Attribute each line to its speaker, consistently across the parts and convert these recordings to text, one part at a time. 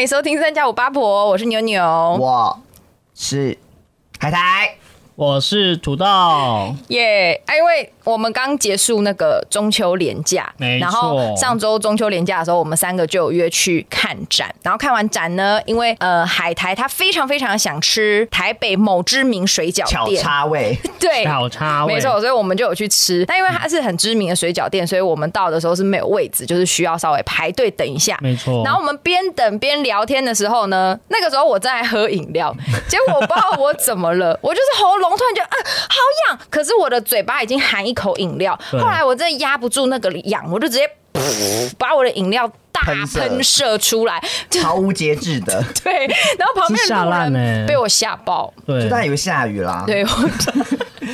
Speaker 1: 迎收听三加五八婆，我是牛牛，
Speaker 2: 我是海苔，
Speaker 3: 我是土豆，
Speaker 1: 耶！哎，因为我们刚结束那个中秋连假，
Speaker 3: 没错
Speaker 1: 然后上周中秋连假的时候，我们三个就有约去看展，然后看完展呢，因为呃海苔他非常非常想吃台北某知名水饺
Speaker 2: 巧
Speaker 1: 店，
Speaker 2: 叉味，
Speaker 1: 对，
Speaker 3: 小叉味，
Speaker 1: 哎没错，所以我们就有去吃。那因为它是很知名的水饺店，所以我们到的时候是没有位置，就是需要稍微排队等一下。
Speaker 3: 没错
Speaker 1: 然后我们边等边聊天的时候呢，那个时候我正在喝饮 料，结果我不知道我怎么了，我就是喉咙突然觉得啊好痒，可是我的嘴巴已经含一口饮料，
Speaker 3: 对
Speaker 1: 后来我真的压不住那个痒，我就直接把我的饮料大
Speaker 2: 喷射
Speaker 1: 喷射出来，就
Speaker 2: 毫无节制的，
Speaker 1: 对，然后旁边
Speaker 3: 是吓
Speaker 1: 的
Speaker 3: 烂
Speaker 1: 路
Speaker 3: 欸
Speaker 1: 人被我吓爆，
Speaker 3: 对
Speaker 2: 就当然以为下雨啦，
Speaker 1: 对，我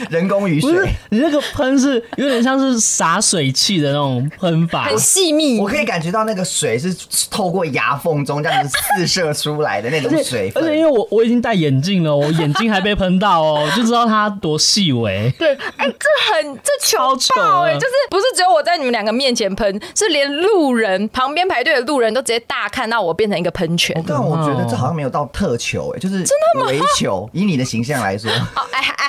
Speaker 2: 人工雨
Speaker 3: 不是
Speaker 2: 水，
Speaker 3: 你那个喷是有点像是洒水器的那种喷法，
Speaker 1: 很细密，
Speaker 2: 我可以感觉到那个水是透过牙缝中这样子四射出来的那种
Speaker 3: 而
Speaker 2: 水
Speaker 3: 且
Speaker 2: 分
Speaker 3: 而且因为我我已经戴眼镜了，我眼睛还被喷到哦，就知道它多细微。
Speaker 1: 对，哎、这很这糗
Speaker 3: 超糗啊
Speaker 1: 爆哎、
Speaker 3: 了
Speaker 1: 就是不是只有我在你们两个面前喷，是连路人旁边排队的路人都直接大看到我变成一个喷泉。
Speaker 2: 但我觉得这好像没有到特球、哎，就是真的围球。以你的形象来说，
Speaker 1: 哦，哎哎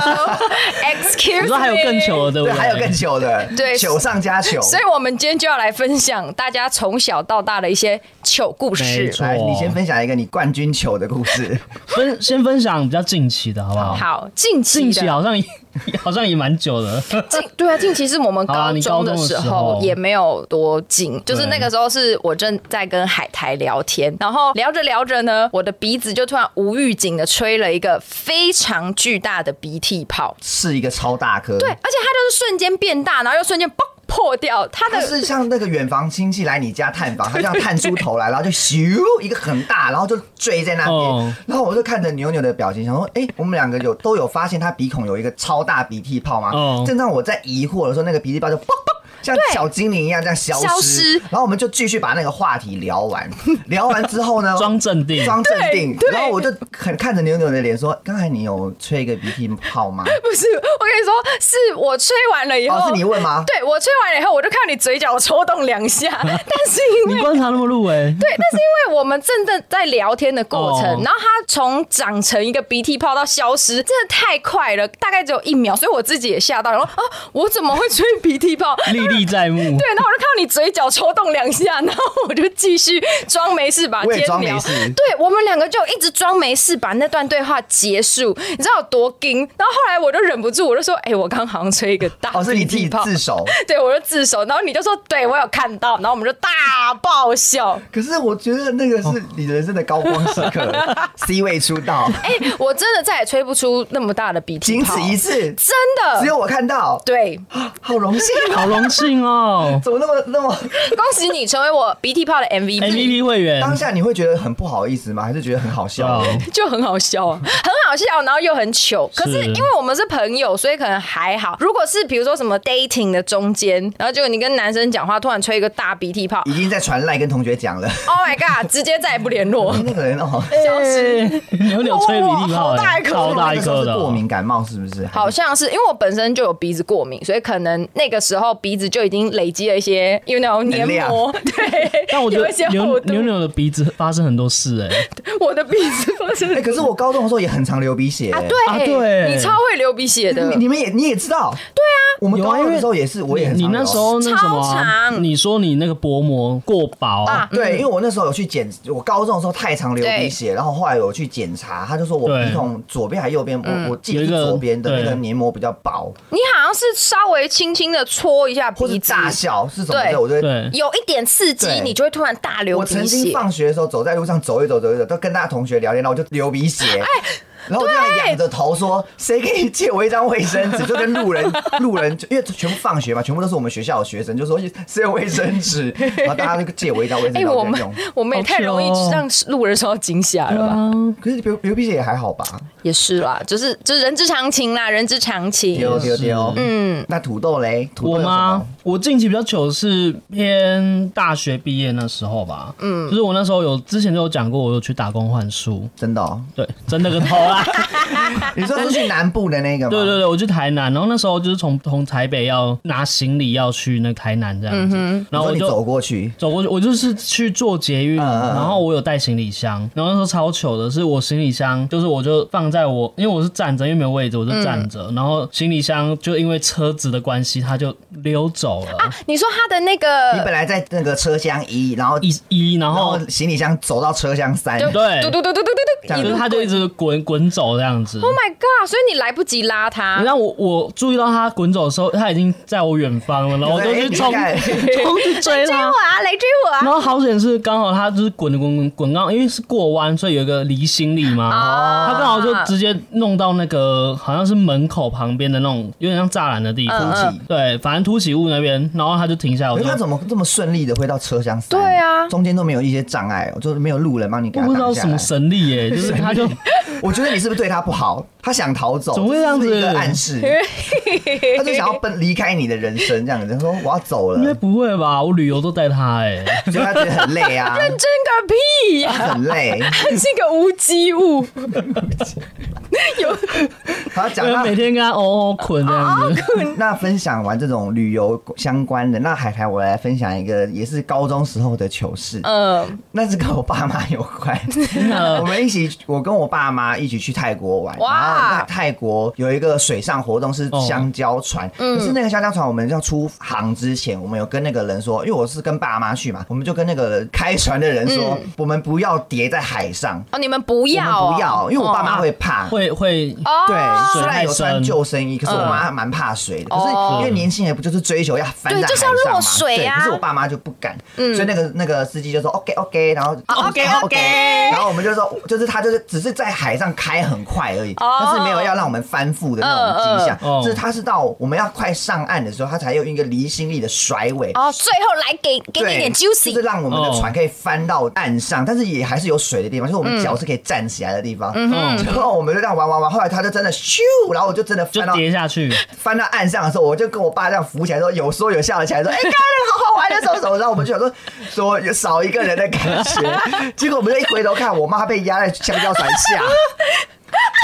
Speaker 1: ，hello，excuse me，
Speaker 3: 你说还有更糗的，对不
Speaker 2: 对，还有更
Speaker 3: 对？
Speaker 2: 球的，
Speaker 1: 对
Speaker 2: 球上加球。
Speaker 1: 所以，我们今天就要来分享大家从小到大的一些糗故
Speaker 3: 没
Speaker 1: 事。
Speaker 3: 错
Speaker 2: 来，你先分享一个你冠军球的故事。
Speaker 3: 分先分享比较近期的好不好？
Speaker 1: 好，近期
Speaker 3: 近期啊
Speaker 1: 的
Speaker 3: 好像也 好像也蛮久的，
Speaker 1: 近对啊，近期是我们
Speaker 3: 好啊
Speaker 1: 高
Speaker 3: 你
Speaker 1: 中
Speaker 3: 高
Speaker 1: 的
Speaker 3: 中的
Speaker 1: 时
Speaker 3: 时
Speaker 1: 候
Speaker 3: 候
Speaker 1: 也没有多近，就是
Speaker 3: 对
Speaker 1: 那个时候是我正在跟海苔聊天，然后聊着聊着呢，我的鼻子就突然无预警的吹了一个非常巨大的鼻涕泡，
Speaker 3: 嗯
Speaker 2: 是一个超大颗，
Speaker 1: 对，而且，它就是瞬间变大，然后又瞬间爆破掉，它
Speaker 2: 它
Speaker 1: 的
Speaker 2: 是像那个远房亲戚来你家探访，他这样探出头来，然后就咻一个很大，然后就坠在那边
Speaker 3: 哦，
Speaker 2: 然后我就看着牛牛的表情，想说，哎，我们两个有都有发现他鼻孔有一个超大鼻涕泡吗
Speaker 3: 哦？
Speaker 2: 正当我在疑惑的时候，那个鼻涕泡就砰砰。像小精灵一样这样消失，
Speaker 1: 消失
Speaker 2: 然后我们就继续把那个话题聊 完。聊完之后呢，
Speaker 3: 装镇 定。
Speaker 2: 装镇定
Speaker 1: 对，对
Speaker 2: 然后我就很看着牛牛的脸说：“刚才你有吹一个鼻涕泡吗？
Speaker 1: 不是，我跟你说，是我吹完 了以后，
Speaker 2: 哦，是你问吗？
Speaker 1: 对我吹完了以后，我就看到你嘴角抽动两 下，但是因为
Speaker 3: 你观察那么入微，
Speaker 1: 对，但是因为我们真正在聊天的过程，
Speaker 3: 哦
Speaker 1: 然后它从长成一个鼻涕泡到消失，真的太快了，大概只有一秒，所以我自己也吓到，然后啊，我怎么会吹鼻涕泡？
Speaker 3: 历历在目。
Speaker 1: 对，然后我就看到你嘴角抽动两下，然后我就继续装没事把
Speaker 2: 我
Speaker 1: 天
Speaker 2: 也装
Speaker 1: 聊
Speaker 2: 没。事。
Speaker 1: 对我们两个就一直装没事，把那段对话结束，你知道有多惊？然后后来我就忍不住，我就说：“哎、我刚好像吹一个大
Speaker 2: 哦，是你
Speaker 1: 鼻
Speaker 2: 自
Speaker 1: 涕
Speaker 2: 己
Speaker 1: 泡。
Speaker 2: 自首。
Speaker 1: 对，我就自首，然后你就说：“对我有看到。”然后我们就大爆 笑。
Speaker 2: 可是我觉得那个
Speaker 3: 哦
Speaker 2: 是你人生的高光时 刻，C 位出道，
Speaker 1: 哎、我真的再也吹不出那么大的鼻涕
Speaker 2: 仅
Speaker 1: 泡，
Speaker 2: 此一次，
Speaker 1: 真的。
Speaker 2: 只有我看到，
Speaker 1: 对，
Speaker 2: 好荣 幸啊！
Speaker 3: 好荣 幸哦
Speaker 2: 怎么那么那么？
Speaker 1: 恭喜你成为我鼻涕泡的 MVP，,
Speaker 3: ，MVP 会员
Speaker 2: 当下你会觉得很不好意思吗？还是觉得很好笑
Speaker 3: 有？
Speaker 1: 就很好笑啊，很好笑，然后又很糗。可是
Speaker 3: 是
Speaker 1: 因为我们是朋友，所以可能还好。如果是比如说什么 dating 的中间，然后结果你跟男生讲话，突然吹一个大鼻涕泡
Speaker 2: 已经在传赖跟同学讲了，
Speaker 1: ，Oh my god，直接再也不联 络。
Speaker 2: 那个人哦，
Speaker 1: 消失
Speaker 3: 哎牛牛吹鼻涕泡，
Speaker 1: 哇好大一颗
Speaker 3: 超大一
Speaker 2: 那时候
Speaker 3: 颗
Speaker 2: 是
Speaker 3: 的，
Speaker 2: 过敏感冒是不是？
Speaker 1: 好像是因为我本身就有鼻子过敏，所以可能那个时候鼻子就已经累积了一些，you know，黏
Speaker 2: 能量
Speaker 1: 膜， 对，
Speaker 3: 但我觉
Speaker 1: 有一些
Speaker 3: 得
Speaker 1: 厚
Speaker 3: 牛
Speaker 1: 度
Speaker 3: 牛。牛的鼻子发生很多事哎、
Speaker 1: 我的鼻子发生
Speaker 2: 哎，可是我高中的时候也很常流鼻血
Speaker 1: 啊，
Speaker 2: 欸
Speaker 1: 对，
Speaker 3: 啊对
Speaker 1: 你超会流鼻血的，
Speaker 2: 你你们也你也知道，对啊，我们
Speaker 3: 有
Speaker 2: 高
Speaker 3: 啊，因
Speaker 2: 中
Speaker 3: 为
Speaker 2: 的时候也是，我也很
Speaker 3: 你
Speaker 2: 常
Speaker 3: 你那
Speaker 2: 流
Speaker 3: 时候那什么啊、
Speaker 1: 超长
Speaker 3: 你说你那个薄膜过薄
Speaker 1: 啊
Speaker 3: 啊，
Speaker 2: 对，因为我那时候有去检，我高中的时候太常流
Speaker 1: 对
Speaker 2: 鼻血，然后后来有去检查，他就说我
Speaker 3: 对
Speaker 2: 鼻孔左边还右边，
Speaker 1: 嗯
Speaker 2: 我我记得
Speaker 3: 有一
Speaker 2: 是
Speaker 3: 个
Speaker 2: 左边的那个
Speaker 3: 对
Speaker 2: 黏膜比较薄，
Speaker 1: 你好像是稍微轻轻的搓一下
Speaker 2: 或
Speaker 1: 鼻
Speaker 2: 是
Speaker 1: 子，
Speaker 2: 大笑是什么
Speaker 1: 对
Speaker 2: 的，我就会。
Speaker 3: 对，
Speaker 1: 有一点刺激，
Speaker 2: 对
Speaker 1: 你就会突然大流
Speaker 2: 我
Speaker 1: 鼻
Speaker 2: 曾经
Speaker 1: 血。
Speaker 2: 放学的时候走在路上走一走走一走，都跟大家同学聊天，然后我就流 鼻血。
Speaker 1: 哎
Speaker 2: 然后我这样仰着头说：“谁给你借我一张卫生纸？”就跟路人 路人，因为全部放学嘛，全部都是我们学校的学生，就说谁有卫生 纸，然后大家就借我一张卫生纸，
Speaker 1: 哎、
Speaker 2: 然后
Speaker 1: 我
Speaker 2: 我就
Speaker 1: 们
Speaker 2: 用。
Speaker 1: 我们也
Speaker 3: 好
Speaker 1: 太容易
Speaker 3: 糗哦啊
Speaker 1: 让路人受到惊吓了吧？
Speaker 2: 可是流流鼻血也还好吧？
Speaker 1: 也是啦，就是就是人之常情啦，人之常情。
Speaker 2: 丢丢丢，嗯，那土豆嘞？土豆
Speaker 3: 我
Speaker 2: 有什
Speaker 3: 吗
Speaker 2: 么？？
Speaker 3: 我近期比较糗的是偏大学毕业那时候吧，嗯，就是我那时候有之前就有讲过，我有去打工换书，
Speaker 2: 真的、 哦，
Speaker 3: 对，真的个头 啦，
Speaker 2: 你说是去南部的那个吗？
Speaker 3: 对对对，我去台南，然后那时候就是从从台北要拿行李要去那台南这样子，
Speaker 1: 嗯
Speaker 2: 然
Speaker 3: 然
Speaker 2: 后
Speaker 3: 后我
Speaker 2: 你
Speaker 3: 就
Speaker 2: 走过去，
Speaker 3: 走过去，我就是去坐捷运，
Speaker 2: 嗯嗯嗯
Speaker 3: 然后我有带行李箱，然后那时候超糗的是，我行李箱就是我就放在我，因为我是站着，因为没有位置，
Speaker 1: 嗯
Speaker 3: 我就站着，然后行李箱就因为车子的关系，它就溜走了，
Speaker 1: 你说他的那
Speaker 2: 你本
Speaker 1: 个
Speaker 2: 来在那个车厢一，然后
Speaker 3: 呃一一，然
Speaker 2: 然
Speaker 3: 后
Speaker 2: 后行李箱走到车厢三，
Speaker 1: 就
Speaker 3: 对
Speaker 1: 嘟嘟嘟嘟嘟嘟嘟
Speaker 2: 这样
Speaker 1: 一路
Speaker 3: 就是
Speaker 1: 滚
Speaker 3: 它就一直滚滚走这样子。
Speaker 1: Oh my god！所以你来不及拉他
Speaker 3: 你，让我我注意到它滚走的时候，它已经在我远方了，然后我就去冲
Speaker 2: 哎
Speaker 3: 冲去追
Speaker 1: 追
Speaker 3: 它
Speaker 1: 我。啊，来追我
Speaker 3: 然
Speaker 1: 啊！
Speaker 3: 后好险是刚好它就是滚滚滚滚刚好，因为是过弯，所以有一个离心力嘛。
Speaker 1: 啊
Speaker 3: 他刚好就直接弄到那个好像是门口旁边的那种有点像栅栏的地方，
Speaker 2: 嗯嗯
Speaker 3: 对，反正凸起物那边，然后他就停下来，我
Speaker 2: 可
Speaker 3: 就是
Speaker 2: 哎他怎么这么顺利的会到车厢三？
Speaker 1: 对啊
Speaker 2: 中间都没有一些障碍哦，就是没有路人帮你给
Speaker 3: 我
Speaker 2: 他
Speaker 3: 不知道
Speaker 2: 挡下
Speaker 3: 什么
Speaker 2: 来。
Speaker 3: 神力 耶、就是他就
Speaker 2: 我觉得你是不是对他不好？他想逃走，
Speaker 3: 怎么会这样子
Speaker 2: 是一个暗示，他就想要奔离开你的人生这样子。他说我要走
Speaker 3: 应该
Speaker 2: 了，
Speaker 3: 不会吧？我旅游都带他哎、
Speaker 2: 所以他觉得很累 啊，
Speaker 1: 真个屁 呀、
Speaker 2: 很累。
Speaker 1: 是一个无机物。 有
Speaker 2: 他讲
Speaker 3: 因为
Speaker 2: 到
Speaker 3: 每天跟他哦哦捆这样子，
Speaker 2: 那分享完这种旅游相关的，那海苔我来分享一个也是高中时候的糗事，
Speaker 1: 嗯，
Speaker 2: 那是跟我爸妈有 关。我们一起，我跟我爸妈一起去泰国玩，然
Speaker 1: 哇
Speaker 2: 后在泰国有一个水上活动是香蕉船，
Speaker 1: 嗯
Speaker 2: 可是那个香蕉船我们要出航之前，我们有跟那个人说，因为我是跟爸妈去嘛，我们就跟那个开船的人说，
Speaker 1: 嗯
Speaker 2: 我们不要叠在海上，
Speaker 1: 哦，你们不
Speaker 2: 我
Speaker 1: 要、
Speaker 2: 们
Speaker 1: 哦，
Speaker 2: 不要，因为我爸妈会怕。
Speaker 3: 会会
Speaker 1: 哦，嗯
Speaker 2: 对，虽
Speaker 3: 水
Speaker 2: 然
Speaker 3: 太
Speaker 2: 有穿
Speaker 3: 深
Speaker 2: 救生衣，可是我妈蛮怕水的。可是
Speaker 1: 哦
Speaker 2: 因为年轻人不就是追求要翻在
Speaker 1: 对
Speaker 2: 海
Speaker 1: 就是要
Speaker 2: 上
Speaker 1: 落
Speaker 2: 吗？
Speaker 1: 水
Speaker 2: 对，
Speaker 1: 啊
Speaker 2: 可是我爸妈就不敢，所以那个那个司机就说 OK OK，然后
Speaker 1: 啊 OK，OK
Speaker 2: 然后我们就说，就是他就是只是在海上开很快而已，
Speaker 1: 哦
Speaker 2: 但是没有要让我们翻覆的那种迹象
Speaker 3: 嗯嗯嗯。
Speaker 2: 就是他是到我们要快上岸的时候，他才有一个离心力的甩尾。
Speaker 1: 哦，最后来给给你一点
Speaker 2: 对就是
Speaker 1: juicy，
Speaker 2: 让我们的船可以翻到岸上，但是也还是有水的地方，就是我们
Speaker 1: 嗯
Speaker 2: 脚是可以站起来的地方。
Speaker 3: 嗯
Speaker 2: 然后我们就这样玩玩玩，后来他就真的咻，然后我就真的
Speaker 3: 就
Speaker 2: 翻到
Speaker 3: 跌下去，
Speaker 2: 翻到岸上的时候，我就跟我爸这样扶起来说，有说有笑的起来说，哎、看那个好好玩的什么什么，然后我们就想说 说有少一个人的感觉，结果我们就一回头看，我妈被压在香蕉船下。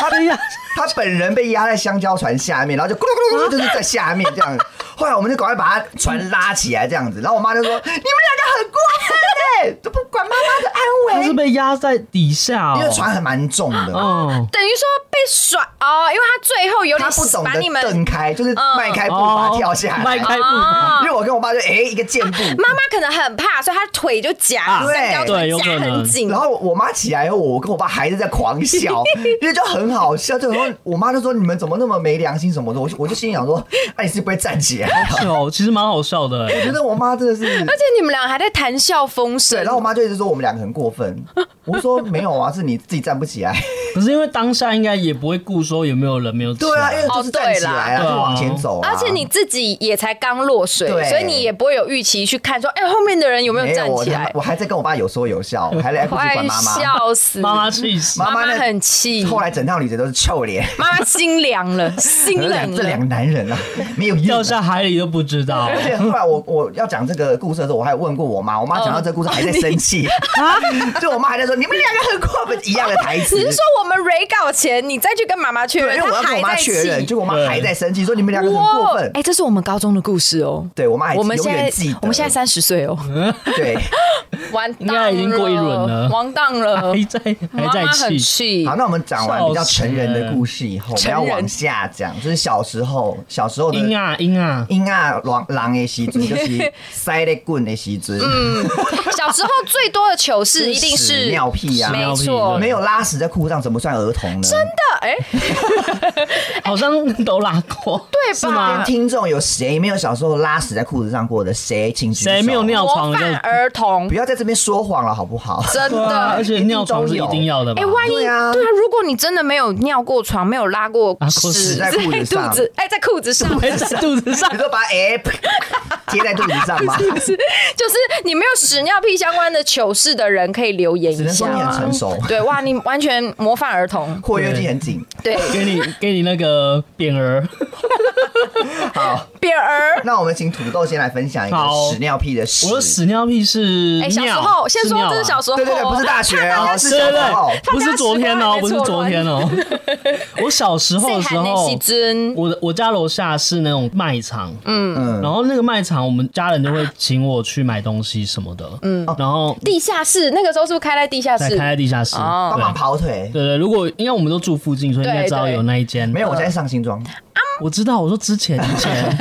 Speaker 2: 她被压，她本人被压在香蕉船下面，然后就咕噜咕噜咕噜，就是在下面这样子。后来我们就赶快把她船拉起来这样子，然后我妈就说：“你们两个很过分哎、都不管妈妈的
Speaker 3: 他
Speaker 2: 安
Speaker 3: 是
Speaker 2: 危。”
Speaker 3: 被压在底下、
Speaker 2: 因为
Speaker 3: 哦，
Speaker 2: 船还蛮重的，
Speaker 3: 嗯，
Speaker 1: 等于说被甩哦，因为他最后有点
Speaker 2: 他不懂
Speaker 3: 哦
Speaker 1: 把
Speaker 2: 得哎
Speaker 1: 你们
Speaker 2: 蹬开，就是迈开步伐跳下来。
Speaker 3: 迈开步
Speaker 1: 哦
Speaker 3: 伐，
Speaker 2: 因为我跟我爸就哎、一个箭步，
Speaker 1: 啊妈妈可能很怕，所以她腿就夹，
Speaker 2: 啊
Speaker 1: 三条
Speaker 3: 对
Speaker 1: 腿
Speaker 3: 有
Speaker 1: 夹
Speaker 3: 可能
Speaker 1: 很紧
Speaker 2: 然。后我妈起来以后，我跟我爸还是在狂 笑，因为就很好笑。就然后我妈就说：“你们怎么那么没良心什么的？”我就我就心里想说：“那、你是不会站起来啊
Speaker 3: 是哦，其实蛮好笑的、？”
Speaker 2: 我
Speaker 3: 欸，
Speaker 2: 觉得我妈真 的是
Speaker 1: 而且你们俩还在谈笑风
Speaker 2: 对，
Speaker 1: 生
Speaker 2: 然，后我妈就一直说我们两个很过分。我就说没有啊，是你自己站不起来。
Speaker 3: 可是因为当下应该也不会顾说有没有人没有起
Speaker 2: 对啊，因
Speaker 3: 来
Speaker 2: 为就是站起来啊，
Speaker 3: 哦对啦
Speaker 2: 就往前走啊。
Speaker 1: 而且你自己也才刚落水，
Speaker 2: 对
Speaker 1: 所以你也不会有预期去看说，哎，后面的人有没
Speaker 2: 没
Speaker 1: 有
Speaker 2: 有
Speaker 1: 站
Speaker 2: 我
Speaker 1: 起
Speaker 2: 他
Speaker 1: 来
Speaker 2: 妈，我还在跟我爸有说有笑，我还来不及
Speaker 1: 快
Speaker 2: 管妈妈。
Speaker 1: 笑死！
Speaker 3: 妈妈气死，
Speaker 1: 妈
Speaker 2: 妈
Speaker 1: 妈
Speaker 2: 那
Speaker 1: 很气，
Speaker 2: 后来整趟旅程都是臭脸，
Speaker 1: 妈妈心凉 了，心
Speaker 2: 这
Speaker 1: 冷
Speaker 2: 两这两个
Speaker 1: 了。
Speaker 2: 男人啊，没有用
Speaker 3: 掉
Speaker 2: 啊。
Speaker 3: 下海里都不知道。
Speaker 2: 而且后来我我要讲这个故事的时候，我还有问过我妈，我妈讲到这个故事还在生气，
Speaker 1: 哦
Speaker 2: 就我妈还在说你们两个很过分一样的台词。
Speaker 1: 啊只是说我们 re 稿前，你再去跟妈妈确
Speaker 2: 对，
Speaker 1: 认，
Speaker 2: 因为我
Speaker 1: 她
Speaker 2: 要跟我
Speaker 1: 还
Speaker 2: 妈
Speaker 1: 在
Speaker 2: 确认，
Speaker 1: 气。
Speaker 2: 就我妈
Speaker 3: 对
Speaker 2: 还在生气，说你们两个很过分。
Speaker 1: 哎，这是我们高中的故事哦。
Speaker 2: 对我妈还
Speaker 1: 我们
Speaker 2: 永
Speaker 1: 现在
Speaker 2: 远记得，
Speaker 1: 我们现在三十岁哦，
Speaker 2: 对。
Speaker 1: 完蛋
Speaker 3: 嗯应该已经过一轮了
Speaker 1: 完蛋了，
Speaker 3: 还在还
Speaker 1: 呃妈
Speaker 3: 在
Speaker 1: 妈很
Speaker 3: 气，
Speaker 1: 气
Speaker 2: 好，。那我们讲完比较成人的故事以后，我
Speaker 1: 成
Speaker 2: 们
Speaker 1: 人
Speaker 2: 要往下讲，就是小时候小时候的
Speaker 3: 阴啊阴啊，
Speaker 2: 婴啊狼狼的时阵， 就是塞的棍的时阵，
Speaker 1: 小时候最多的糗嗯事一定
Speaker 2: 屎
Speaker 1: 是
Speaker 2: 尿屁啊
Speaker 1: 没
Speaker 3: 尿
Speaker 1: 错
Speaker 3: 屁。
Speaker 2: 没有拉屎在裤上怎么算儿童呢？真的
Speaker 1: 哎，哎，
Speaker 3: 好像都拉过，
Speaker 1: 对吧
Speaker 3: 是吗
Speaker 2: 跟？听众有谁没有小时候拉屎在裤子上过的？谁请举手
Speaker 3: 谁没有尿
Speaker 1: 模
Speaker 3: 床就
Speaker 1: 范儿童
Speaker 2: 不，要在这边说谎了，好不好？
Speaker 1: 真
Speaker 3: 对啊，而
Speaker 1: 的。
Speaker 3: 且尿床是一定要的吧
Speaker 1: 哎，？万一
Speaker 2: 对啊
Speaker 1: 对啊，如果你真的没有尿过床，没有拉过
Speaker 3: 拉过
Speaker 1: 屎
Speaker 3: 屎
Speaker 2: 在裤子上
Speaker 1: 肚子，哎，在裤子上，
Speaker 3: 会在肚子上
Speaker 2: 你，说把 app 贴在肚子上 吗？
Speaker 1: 就是你没有屎尿屁相关的糗事的人，可以留言
Speaker 2: 只
Speaker 1: 一
Speaker 2: 能说
Speaker 1: 下
Speaker 2: 你很
Speaker 1: 嘛
Speaker 2: 成。熟，
Speaker 3: 啊
Speaker 1: 对，哇，你完全模范儿童。
Speaker 2: 括约肌很紧。
Speaker 1: 对，
Speaker 3: 给你给你那个匾额，
Speaker 2: 好，
Speaker 1: 扁儿。
Speaker 2: 那我们请土豆先来分享一个
Speaker 3: 好
Speaker 2: 屎尿屁的屎。
Speaker 3: 我的屎尿屁是
Speaker 1: 哎，小时
Speaker 3: 尿
Speaker 1: 候，先
Speaker 3: 是
Speaker 1: 说
Speaker 3: 尿
Speaker 1: 这是
Speaker 3: 啊
Speaker 1: 小时候，
Speaker 2: 对对对，不是 大学哦，是
Speaker 3: 对
Speaker 2: 小
Speaker 3: 对
Speaker 2: 时候。
Speaker 3: 对，不是昨天哦，不是昨天哦。我小时候的时 候
Speaker 1: 西，尊，
Speaker 3: 我的我家楼下是那种卖场，嗯，然后那个卖场，我们家人就会请我去买东西什么的，嗯，然后
Speaker 1: 地下室那个时候是不哦是开在地下
Speaker 3: 再
Speaker 1: 室
Speaker 3: 开？在地下室，
Speaker 1: 哦
Speaker 2: 帮忙
Speaker 3: 对。
Speaker 2: 跑腿。
Speaker 3: 对对，如果因为我们都住附近，所以应该知道有那一间。
Speaker 2: 没有，我现在上新装。
Speaker 3: 我知道，我说之前之 前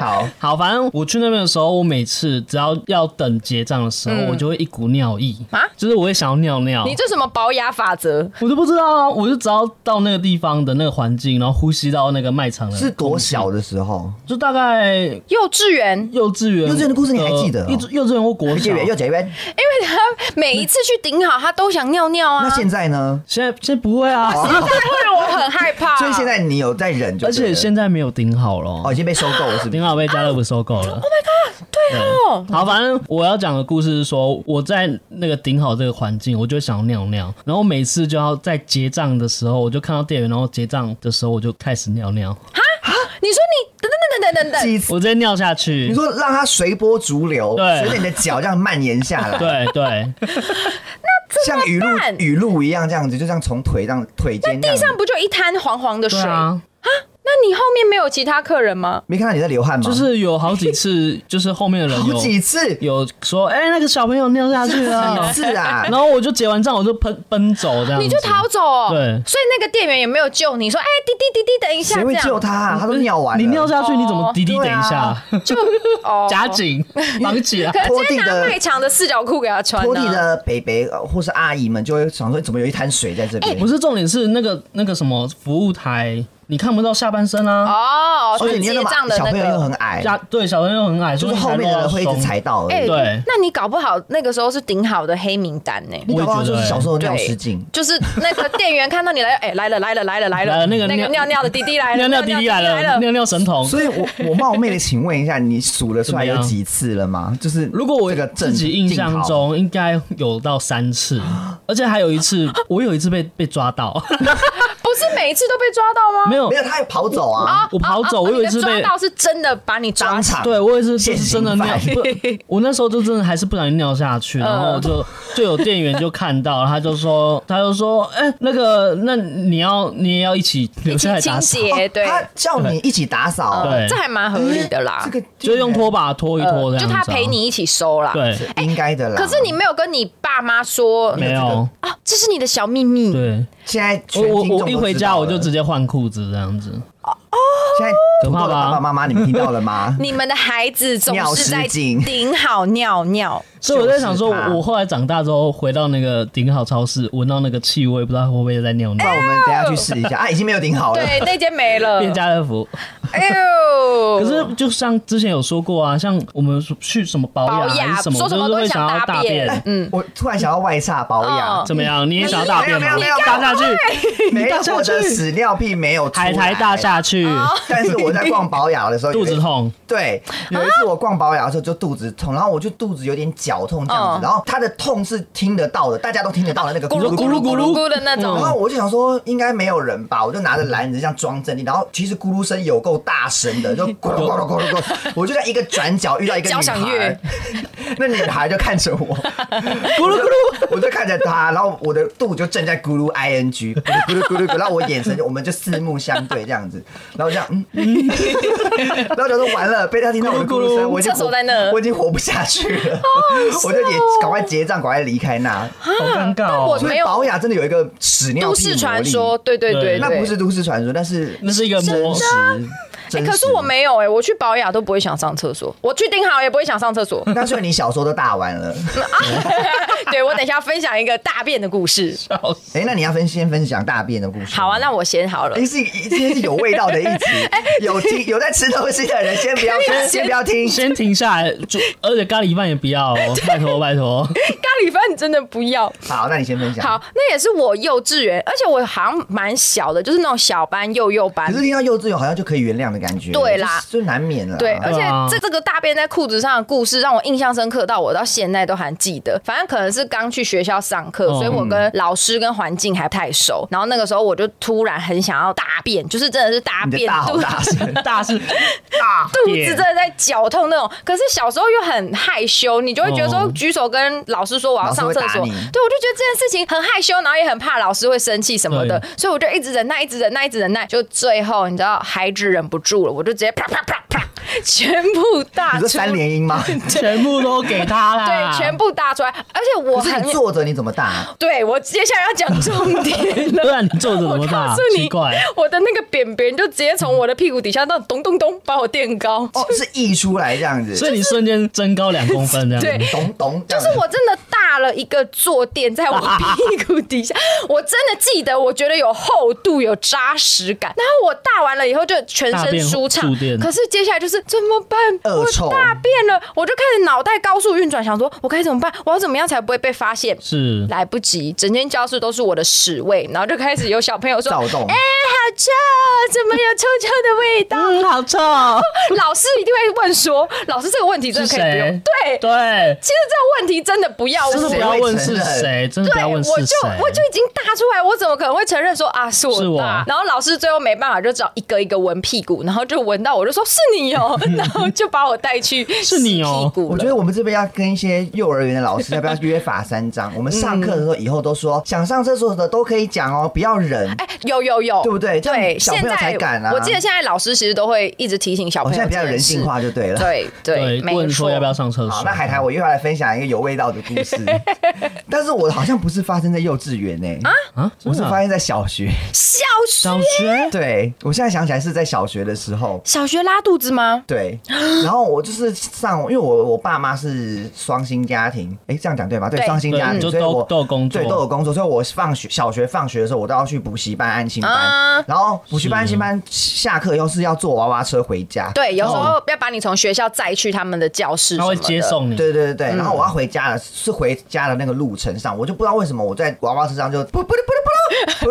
Speaker 2: 好，
Speaker 3: 好，反正我去那边的时候，我每次只要要等结账的时候，我就会一股尿意
Speaker 1: 嗯啊
Speaker 3: 就是我会想要尿尿。
Speaker 1: 你这什么保雅法则？
Speaker 3: 我就不知道啊，我就只要到那个地方的那个环境，然后呼吸到那个卖场的，
Speaker 2: 是多小的时候？
Speaker 3: 就大概
Speaker 1: 幼稚园，
Speaker 3: 幼稚园。呃
Speaker 2: 幼稚园的故事你还记得哦
Speaker 3: 幼稚幼稚园或国
Speaker 2: 幼稚
Speaker 3: 小。
Speaker 2: 园，幼稚园。
Speaker 1: 因为他每一次去顶好，他都想尿尿啊
Speaker 2: 那，现在呢？
Speaker 3: 现在现在不会啊，
Speaker 1: 会我很害怕。
Speaker 2: 所以现在你有在忍哦就对了，
Speaker 3: 而且现在没有顶好了
Speaker 2: 哦，啊已经被收购了，是不
Speaker 3: 顶
Speaker 2: 是？
Speaker 3: 好被家乐福收购了。Oh my god！对哦，好，反正我要讲的故事是说，我在那个顶好这个环境，我就想要尿尿，然后每次就要在结账的时候，我就看到店员，然后结账的时候我就开始尿尿，
Speaker 1: 你说你等等等等等等，
Speaker 2: 几次？
Speaker 3: 我直接尿下去。
Speaker 2: 你说让它随波逐流，
Speaker 3: 对
Speaker 2: 随着你的脚这样蔓延下来，
Speaker 3: 对对，
Speaker 2: 像雨露
Speaker 1: 办
Speaker 2: 雨露一样这样子，就这样从腿让腿尖这样
Speaker 1: 地
Speaker 2: 子
Speaker 1: 上不就一滩黄黄的水
Speaker 3: 对？啊，
Speaker 1: 那你后面没有其他客人吗？
Speaker 2: 没看到你在流汗吗？
Speaker 3: 就是有好几次， 就是后面的人
Speaker 2: 好
Speaker 3: 有
Speaker 2: 几次，
Speaker 3: 有说，哎、那个小朋友尿 下去了
Speaker 2: 几，次啊
Speaker 3: 然？后我就结完账，我就奔奔走这样子，
Speaker 1: 你就逃走哦。
Speaker 3: 嗯对
Speaker 1: 所以那个店员也没有救你，说：“哎，滴滴滴滴，等一下。”
Speaker 2: 谁
Speaker 1: 这
Speaker 2: 会
Speaker 1: 样
Speaker 2: 救他啊？他都尿完了，
Speaker 3: 你尿下去，你怎么滴滴？等
Speaker 2: 对啊
Speaker 3: 一下，
Speaker 1: 就哦
Speaker 3: 夹紧绑起来
Speaker 1: 可。能
Speaker 2: 拖
Speaker 1: 直
Speaker 2: 地
Speaker 1: 接拿
Speaker 2: 的
Speaker 1: 卖场的四角裤给他穿、啊。
Speaker 2: 拖地的北北呃或是阿姨们就会想说，怎么有一滩水在这
Speaker 1: 哎
Speaker 2: 边？
Speaker 3: 不是重点是那个那个什么服务台，你看不到下半身啊。
Speaker 1: 哦，
Speaker 2: 而且你
Speaker 1: 结
Speaker 2: 又那
Speaker 1: 账
Speaker 2: 么
Speaker 1: 的
Speaker 2: 小
Speaker 1: 那
Speaker 2: 朋友又
Speaker 1: 个。
Speaker 2: 很矮，
Speaker 3: 下对小朋友很矮，
Speaker 2: 就是
Speaker 3: 所以
Speaker 2: 后面的人会一直踩
Speaker 3: 才
Speaker 2: 到而已。
Speaker 3: 对
Speaker 1: 哎那你搞不好那个时候是顶好的黑名单呢、
Speaker 2: 你搞不好就是小时候尿
Speaker 1: 对，
Speaker 2: 失禁。
Speaker 1: 就是那个店员看到你来，哎、 来了来了来了来
Speaker 3: 来
Speaker 1: 了，
Speaker 3: 了呃那个
Speaker 1: 那个
Speaker 3: 尿
Speaker 1: 尿尿的滴滴来了，
Speaker 3: 尿尿滴滴来了，尿尿神童。
Speaker 2: 所以我，我冒昧的请问一下，你数了出来有
Speaker 3: 怎么样
Speaker 2: 几次了吗？就是
Speaker 3: 如果我
Speaker 2: 这个正
Speaker 3: 自己印象，中应该有到三 次，而且还有一次，我有一次被被抓到，
Speaker 1: 不是每一次都被抓到吗？
Speaker 3: 没有
Speaker 2: 没有，他也跑走啊，
Speaker 3: 我跑走，
Speaker 1: 哦
Speaker 3: 我有一次
Speaker 1: 你的
Speaker 3: 被
Speaker 1: 抓到是真的把你抓
Speaker 2: 当
Speaker 1: 起来
Speaker 2: 场
Speaker 3: 对我也是，就
Speaker 2: 现
Speaker 3: 是
Speaker 2: 行
Speaker 3: 真的尿
Speaker 2: 犯，嗯
Speaker 3: 不我那时候就真的还是不小心尿下去，然后就 就有店员就看到，他就说，他就说，哎、那个，那你要你也要一起留
Speaker 1: 一
Speaker 3: 下
Speaker 1: 起清
Speaker 3: 来打扫，哦
Speaker 1: 洁，对，
Speaker 2: 哦他叫你一起打扫，
Speaker 3: 对
Speaker 1: 这还蛮合理的啦
Speaker 2: 这。个
Speaker 3: 就用拖把拖一拖
Speaker 2: 呃
Speaker 3: 这样子、
Speaker 1: 就
Speaker 3: 啊
Speaker 1: 他陪，你一起收啦。
Speaker 3: 对，
Speaker 2: 应该的啦。
Speaker 1: 哎可是你没有跟你爸妈说
Speaker 3: 没有，
Speaker 1: 啊，这是你的小秘密。
Speaker 3: 对
Speaker 2: 现在全
Speaker 3: 我我
Speaker 2: 听众
Speaker 3: 我一
Speaker 2: 都
Speaker 3: 回
Speaker 2: 知
Speaker 3: 家
Speaker 2: 道
Speaker 3: 我就
Speaker 2: 了
Speaker 3: 直接换裤子这样子，
Speaker 2: 现在土豆的爸爸妈妈，你们听到了 吗？
Speaker 1: 你们的孩子总是在
Speaker 2: 尿失禁
Speaker 1: 顶好尿 尿，
Speaker 3: 所以我在想说，
Speaker 2: 就是他
Speaker 3: 我后来长大之后回到那个顶好超市，闻到那个气味，不知道会不会在尿尿
Speaker 2: 那。我们等一下去试一下啊，已经没有顶好了。
Speaker 1: 对，那间没了。
Speaker 3: 变家乐福，
Speaker 1: 哎呦，
Speaker 3: 可是就像之前有说过啊，像我们去什么保
Speaker 1: 保
Speaker 3: 养还
Speaker 1: 养
Speaker 3: 是什么，
Speaker 1: 说什么
Speaker 3: 就是
Speaker 1: 都
Speaker 3: 会想要
Speaker 1: 大
Speaker 3: 大便，
Speaker 1: 嗯，
Speaker 2: 我突然想要外煞保养
Speaker 1: 嗯，
Speaker 3: 怎么样？你也想要大便吗？
Speaker 2: 没有没有没有
Speaker 3: 大下去，
Speaker 2: 没
Speaker 3: 你
Speaker 2: 有
Speaker 3: 大下
Speaker 2: 我的
Speaker 3: 去，
Speaker 2: 屎尿屁没有出
Speaker 3: 海
Speaker 2: 来哦
Speaker 3: 苔大，下去，
Speaker 2: 但是我在逛保养的时候
Speaker 3: 肚子
Speaker 2: 有一。
Speaker 3: 痛，
Speaker 2: 对，有一次我逛保养的时候就肚子痛，然后我就肚子有点绞痛这样
Speaker 1: 嗯
Speaker 2: 子，然后他的痛是听得到的，大家都听得到的那个咕噜咕噜咕
Speaker 1: 咕
Speaker 2: 噜。
Speaker 1: 噜咕的那种
Speaker 2: 然
Speaker 3: 嗯
Speaker 2: 后我就想说应该没有人吧，我就拿着篮子这样装镇定，然后其实咕噜声有够大声 的，就咕噜咕噜咕噜咕噜，我就在一个转角遇到一个
Speaker 1: 交响
Speaker 2: 女孩
Speaker 1: 乐，
Speaker 2: 那女孩就看着 我，咕噜咕噜，我就看着她，然后我的肚就正在咕噜 i n g，咕噜咕噜咕噜咕噜，然后我眼神我们就四目相对这样子，然后这样，嗯，嗯 然后就说完了，被她听到我的咕噜声，我已经
Speaker 1: 厕所
Speaker 2: 活
Speaker 1: 在那
Speaker 2: 我已经活不下去了，
Speaker 1: 哦
Speaker 2: 我就也赶快结账，赶快离开那。
Speaker 3: 好尴尬
Speaker 1: 我
Speaker 3: 哦。
Speaker 2: 所
Speaker 1: 没
Speaker 2: 以
Speaker 1: 有
Speaker 2: 保雅真的有一个屎尿
Speaker 1: 都
Speaker 2: 屁
Speaker 1: 市
Speaker 2: 魔
Speaker 1: 传
Speaker 2: 力
Speaker 1: 说，对对对，
Speaker 3: 对
Speaker 2: 那
Speaker 1: 对
Speaker 2: 不是都市传说，但是
Speaker 3: 那是一个
Speaker 2: 真
Speaker 3: 魔
Speaker 2: 实真实。。
Speaker 1: 可是我没有哎、我去保养都不会想上厕所，我去顶好也不会想上厕所
Speaker 2: 那所以你小时候都大完 了，
Speaker 1: 对我等一下分享一个大便的故事。
Speaker 3: 笑死
Speaker 2: 哎、那你要分先分享大便的故事吗。
Speaker 1: 好啊，那我哎先好了
Speaker 2: 哎、。是今天是有味道的一集， 有听有在吃东西的人先不要先先不要听，
Speaker 3: 先停下来，就而且咖喱饭也不要、哦，拜托拜托。
Speaker 1: 咖喱饭真的不要。
Speaker 2: 好，那你先分享。
Speaker 1: 好，那也是我幼稚园，而且我好像蛮小的，就是那种小班、幼幼班
Speaker 2: 可。是听到幼稚园好像就可以原谅的感觉，
Speaker 1: 对啦
Speaker 2: 就就难免了。
Speaker 1: 对，而且
Speaker 3: 对啊
Speaker 1: 这这个大便在裤子上的故事让我印象深刻，到我到现在都还记得。反正可能是刚去学校上课，
Speaker 3: 哦
Speaker 1: 所以我跟老师跟环境还不太熟。然后那个时候我就突然很想要大便，就是真的是大
Speaker 2: 你的
Speaker 1: 便，
Speaker 2: 大好
Speaker 1: 肚
Speaker 2: 大声，
Speaker 3: 大是
Speaker 2: 大
Speaker 1: 肚
Speaker 3: 便
Speaker 1: 子真的在绞痛那种。可是小时候又很害羞，你就会觉得说
Speaker 3: 哦
Speaker 1: 举手跟老师说我要上厕
Speaker 2: 老师
Speaker 1: 所，对我
Speaker 2: 会打
Speaker 1: 就
Speaker 2: 你
Speaker 1: 觉得这件事情很害羞，然后也很怕老师会生气什么的
Speaker 3: 对，
Speaker 1: 所以我就一直忍耐，一直忍耐，一直忍耐，就最后你知道孩子忍不住了，我就直接啪啪啪啪，全部大
Speaker 2: 你说
Speaker 1: 出
Speaker 2: 三连音吗？
Speaker 3: 全部都给他啦，
Speaker 1: 对，全部大出来，而且 我
Speaker 2: 不是
Speaker 1: 很
Speaker 2: 你坐着你怎么大？
Speaker 1: 对我接下来要讲重点
Speaker 3: 不
Speaker 1: 了。
Speaker 3: 然你坐着怎
Speaker 1: 我
Speaker 3: 么
Speaker 1: 告
Speaker 3: 大
Speaker 1: 诉？
Speaker 3: 奇
Speaker 1: 你
Speaker 3: 怪，，
Speaker 1: 我的那个扁扁就直接从我的屁股底下到咚咚咚把 我垫高，
Speaker 2: 哦，是溢出来这样子，
Speaker 3: 所以你瞬间增高两公分这样子。
Speaker 1: 对
Speaker 2: 咚咚这
Speaker 1: 就是
Speaker 2: 样子，
Speaker 1: 我真的大了一个坐垫在我屁股底下，我真的记得，我觉得有厚度，有扎实感。然后我大完了以后就全
Speaker 3: 大
Speaker 1: 身
Speaker 3: 便
Speaker 1: 舒畅
Speaker 3: 触电，
Speaker 1: 可是接下来就是怎么办？
Speaker 2: 恶
Speaker 1: 我
Speaker 2: 臭
Speaker 1: 大便了，我就开始脑袋高速运转，想说我该怎么办？我要怎么样才不会被发现？
Speaker 2: 嗯
Speaker 3: 是
Speaker 1: 来不及，整间教室都是我的屎味，然后就开始有小朋友说：“哎、
Speaker 2: 躁动
Speaker 1: 好臭，怎么有臭臭的味 道？”
Speaker 3: 嗯，好臭，
Speaker 1: 老师一定会问说：“老师，这个问题真
Speaker 3: 是
Speaker 1: 的可以不用
Speaker 3: 谁？”
Speaker 1: 对，
Speaker 3: 对，
Speaker 1: 其实这个问题真的不要
Speaker 3: 真的
Speaker 1: 问
Speaker 3: 不。要问是谁，真的不
Speaker 1: 对，
Speaker 3: 要
Speaker 1: 我
Speaker 3: 问
Speaker 1: 就是
Speaker 3: 谁。
Speaker 1: 我就已经大出来，我怎么可能会承认说啊是我
Speaker 3: 是我
Speaker 1: 大？然后老师最后没办法，就找一个一个闻屁股，然后就闻到我就说是你 哦，然后就把我带去
Speaker 3: 是你哦
Speaker 1: 洗屁股了
Speaker 2: 我觉得我们这边要跟一些幼儿园的老师，要不要约法三章？我们上课的时候以后都说，想上厕所的都可以讲哦，不要忍。
Speaker 1: 哎、有有有，
Speaker 2: 对不对这样
Speaker 1: 对，
Speaker 2: 小朋友
Speaker 1: 现在
Speaker 2: 才敢啊
Speaker 1: 我记得现在老师其实都会一直提醒小
Speaker 2: 我
Speaker 1: 朋
Speaker 2: 现
Speaker 1: 友、
Speaker 2: 在比较人性。化就对了。
Speaker 1: 对对，
Speaker 3: 对
Speaker 1: 没
Speaker 3: 问
Speaker 1: 错
Speaker 3: 说。要不要上厕
Speaker 2: 好
Speaker 3: 所，
Speaker 2: 那海苔，我又要来分享一个有味道的故事，但是我好像不是发生在幼稚园呢、
Speaker 3: 啊？
Speaker 2: 我是
Speaker 3: 真的啊
Speaker 2: 发生在小学。
Speaker 1: 小学
Speaker 3: 小学
Speaker 2: 对，我现在想起来是在小学的时候。
Speaker 1: 小学拉肚子吗？
Speaker 2: 对，然后我就是上，因为我我爸妈是双薪家庭，哎，这样讲对吗？对，
Speaker 1: 对
Speaker 2: 双薪家
Speaker 3: 对
Speaker 2: 庭，
Speaker 3: 嗯就
Speaker 2: 所以
Speaker 3: 都
Speaker 2: 我
Speaker 3: 都有工作
Speaker 2: 对，都有工作，所以我放学小学放学的时候，我都要去补习班、安亲班，
Speaker 1: 啊
Speaker 2: 然后补习班、
Speaker 3: 是
Speaker 2: 安亲班下课以后是要坐娃娃车回家，
Speaker 1: 对，有时候要把你从学校载去他们的教室，
Speaker 3: 哦他会接。送你，
Speaker 2: 对对对对，然后我要回家了，是回家的那个路程上，我就不知道为什么我在娃娃车上就不不不不不不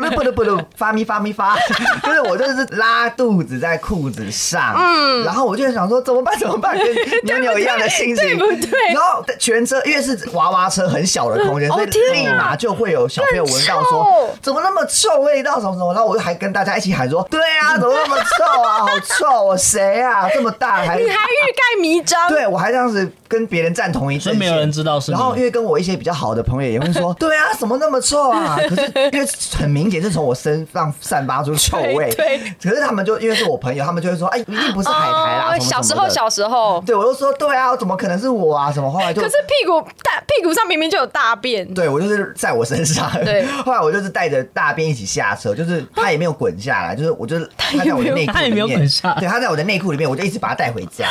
Speaker 2: 不不不发咪发咪发，就是我就是拉肚子在裤子上，嗯，然后我就想说怎么办怎么办，跟妞妞一样的心
Speaker 1: 对
Speaker 2: 情，
Speaker 1: 不对
Speaker 2: 然后全车因为是娃娃车很小的空间，
Speaker 1: 哦
Speaker 2: 所以
Speaker 1: 天哪
Speaker 2: 立马就会有小朋友闻到
Speaker 1: 很
Speaker 2: 说
Speaker 1: 臭
Speaker 2: 怎么那么臭味道什么什么，然后我就还跟大家一起喊说对啊怎么那么臭啊好臭啊谁啊这么大还
Speaker 1: 你还欲盖弥彰，
Speaker 2: 对我还这样子跟别人站同一阵
Speaker 3: 所以
Speaker 2: 线，
Speaker 3: 没有人知道是你
Speaker 2: 然后因为跟我一些比较好的朋友也会 说，对啊，什么那么臭啊？可是因为很明显是从我身上散发出臭 味，
Speaker 1: 对
Speaker 2: 可是他们就因为是我朋友，他们就会说，哎，一定不是海苔啦，
Speaker 1: 哦
Speaker 2: 什么
Speaker 1: 小时
Speaker 2: 什么的
Speaker 1: 候，小时候，
Speaker 2: 对我就说，对啊，怎么可能是我啊？什么？后来就
Speaker 1: 可是屁股大屁股上明明就有大便，
Speaker 2: 对我就是在我身上，
Speaker 1: 对。
Speaker 2: 后来我就是带着大便一起下车，就是他也没有滚下来，就是我就是他在我的内裤里面，
Speaker 3: 他也没有滚下来
Speaker 2: 对，他在我的内裤里面，我就一直把他带回家。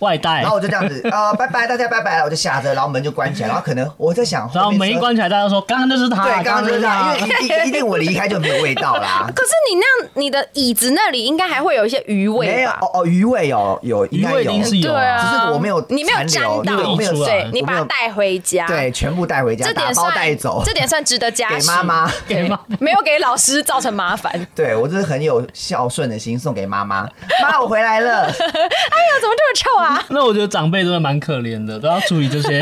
Speaker 3: 外带
Speaker 2: 然，后我就这样子，呃，拜拜，大家拜拜了，我就下车，然后门就关起来，然后可能我在想，
Speaker 3: 然后
Speaker 2: 后面
Speaker 3: 门一
Speaker 2: 车，
Speaker 3: 关起来，大家说刚刚就是他，
Speaker 2: 对，刚刚就是
Speaker 3: 是
Speaker 2: 这
Speaker 3: 他
Speaker 2: 样，因，为一定一定我离开就没有味道啦
Speaker 1: 可是你那样，你的椅子那里应该还会有一些余
Speaker 2: 没
Speaker 1: 味
Speaker 2: 有
Speaker 1: 吧？
Speaker 2: 哦哦，鱼尾哦，有应
Speaker 3: 余
Speaker 2: 该
Speaker 3: 味一
Speaker 2: 有
Speaker 3: 定，是有
Speaker 1: 对啊，
Speaker 2: 只是我没有
Speaker 1: 你没有
Speaker 2: 残
Speaker 1: 沾到，
Speaker 2: 留那
Speaker 3: 个啊没有溢出来
Speaker 1: 对你把它
Speaker 2: 我没有
Speaker 1: 带回家，
Speaker 2: 对，，全部带回家，
Speaker 1: 这
Speaker 2: 打
Speaker 1: 点
Speaker 2: 包
Speaker 1: 算
Speaker 2: 带走，
Speaker 1: 这点算值得嘉
Speaker 2: 给
Speaker 1: 许。
Speaker 2: 妈妈。
Speaker 3: 给吗？
Speaker 1: 没有给老师造成麻烦，哎
Speaker 2: 对我就是很有孝顺的心，送给妈妈。妈，我回 来了。
Speaker 1: 呀，怎么这么臭啊？
Speaker 3: 那我觉得长辈真的蛮可怜的，都要处理这 些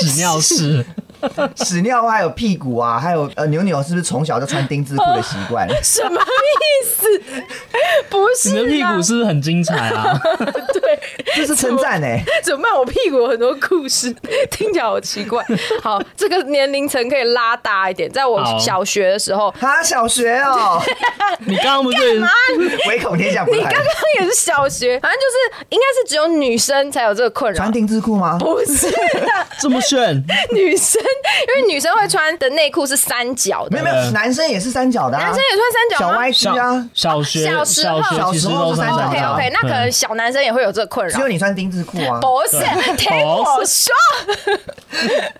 Speaker 3: 屎尿事。
Speaker 2: 啊屎尿还有屁股啊，还有呃牛牛，是不是从小就穿丁字裤的习惯？
Speaker 1: 什么意思？不
Speaker 3: 你的
Speaker 1: 是
Speaker 3: 屁
Speaker 1: 啊
Speaker 3: 股，是不是很精彩啊？
Speaker 1: 对，
Speaker 2: 这是称赞哎，
Speaker 1: 怎么办？我屁股有很多故事，听起来好奇怪。好，这个年龄层可以拉大一点，在我
Speaker 3: 好
Speaker 1: 小学的时候，
Speaker 2: 哈，小学 哦，
Speaker 3: 你刚刚不是
Speaker 2: 唯恐天下不
Speaker 1: 你刚
Speaker 2: 乱
Speaker 1: 刚。也是小 学，反正就是应该是只有女生才有这个困扰
Speaker 2: 传。定制裤吗？
Speaker 1: 不是的，
Speaker 3: 这么炫？
Speaker 1: 女生，因为女生会穿的内裤是三角
Speaker 2: 没
Speaker 1: 的
Speaker 2: 有，没
Speaker 3: 呃
Speaker 2: 有，男生也是三角的啊，
Speaker 1: 男生也穿三角
Speaker 2: 小
Speaker 1: 吗？
Speaker 2: 歪曲
Speaker 3: 小
Speaker 2: 啊，
Speaker 3: 小学
Speaker 1: 小时
Speaker 3: 小
Speaker 1: 候
Speaker 3: 学其实
Speaker 2: 小时候
Speaker 3: 都穿
Speaker 2: 是
Speaker 3: 三
Speaker 2: 三
Speaker 1: OK
Speaker 3: 角。
Speaker 2: 角
Speaker 1: OK，那可能小男生也会有这个困扰
Speaker 2: 只。有你穿丁字裤啊。
Speaker 1: 不是， 听我说，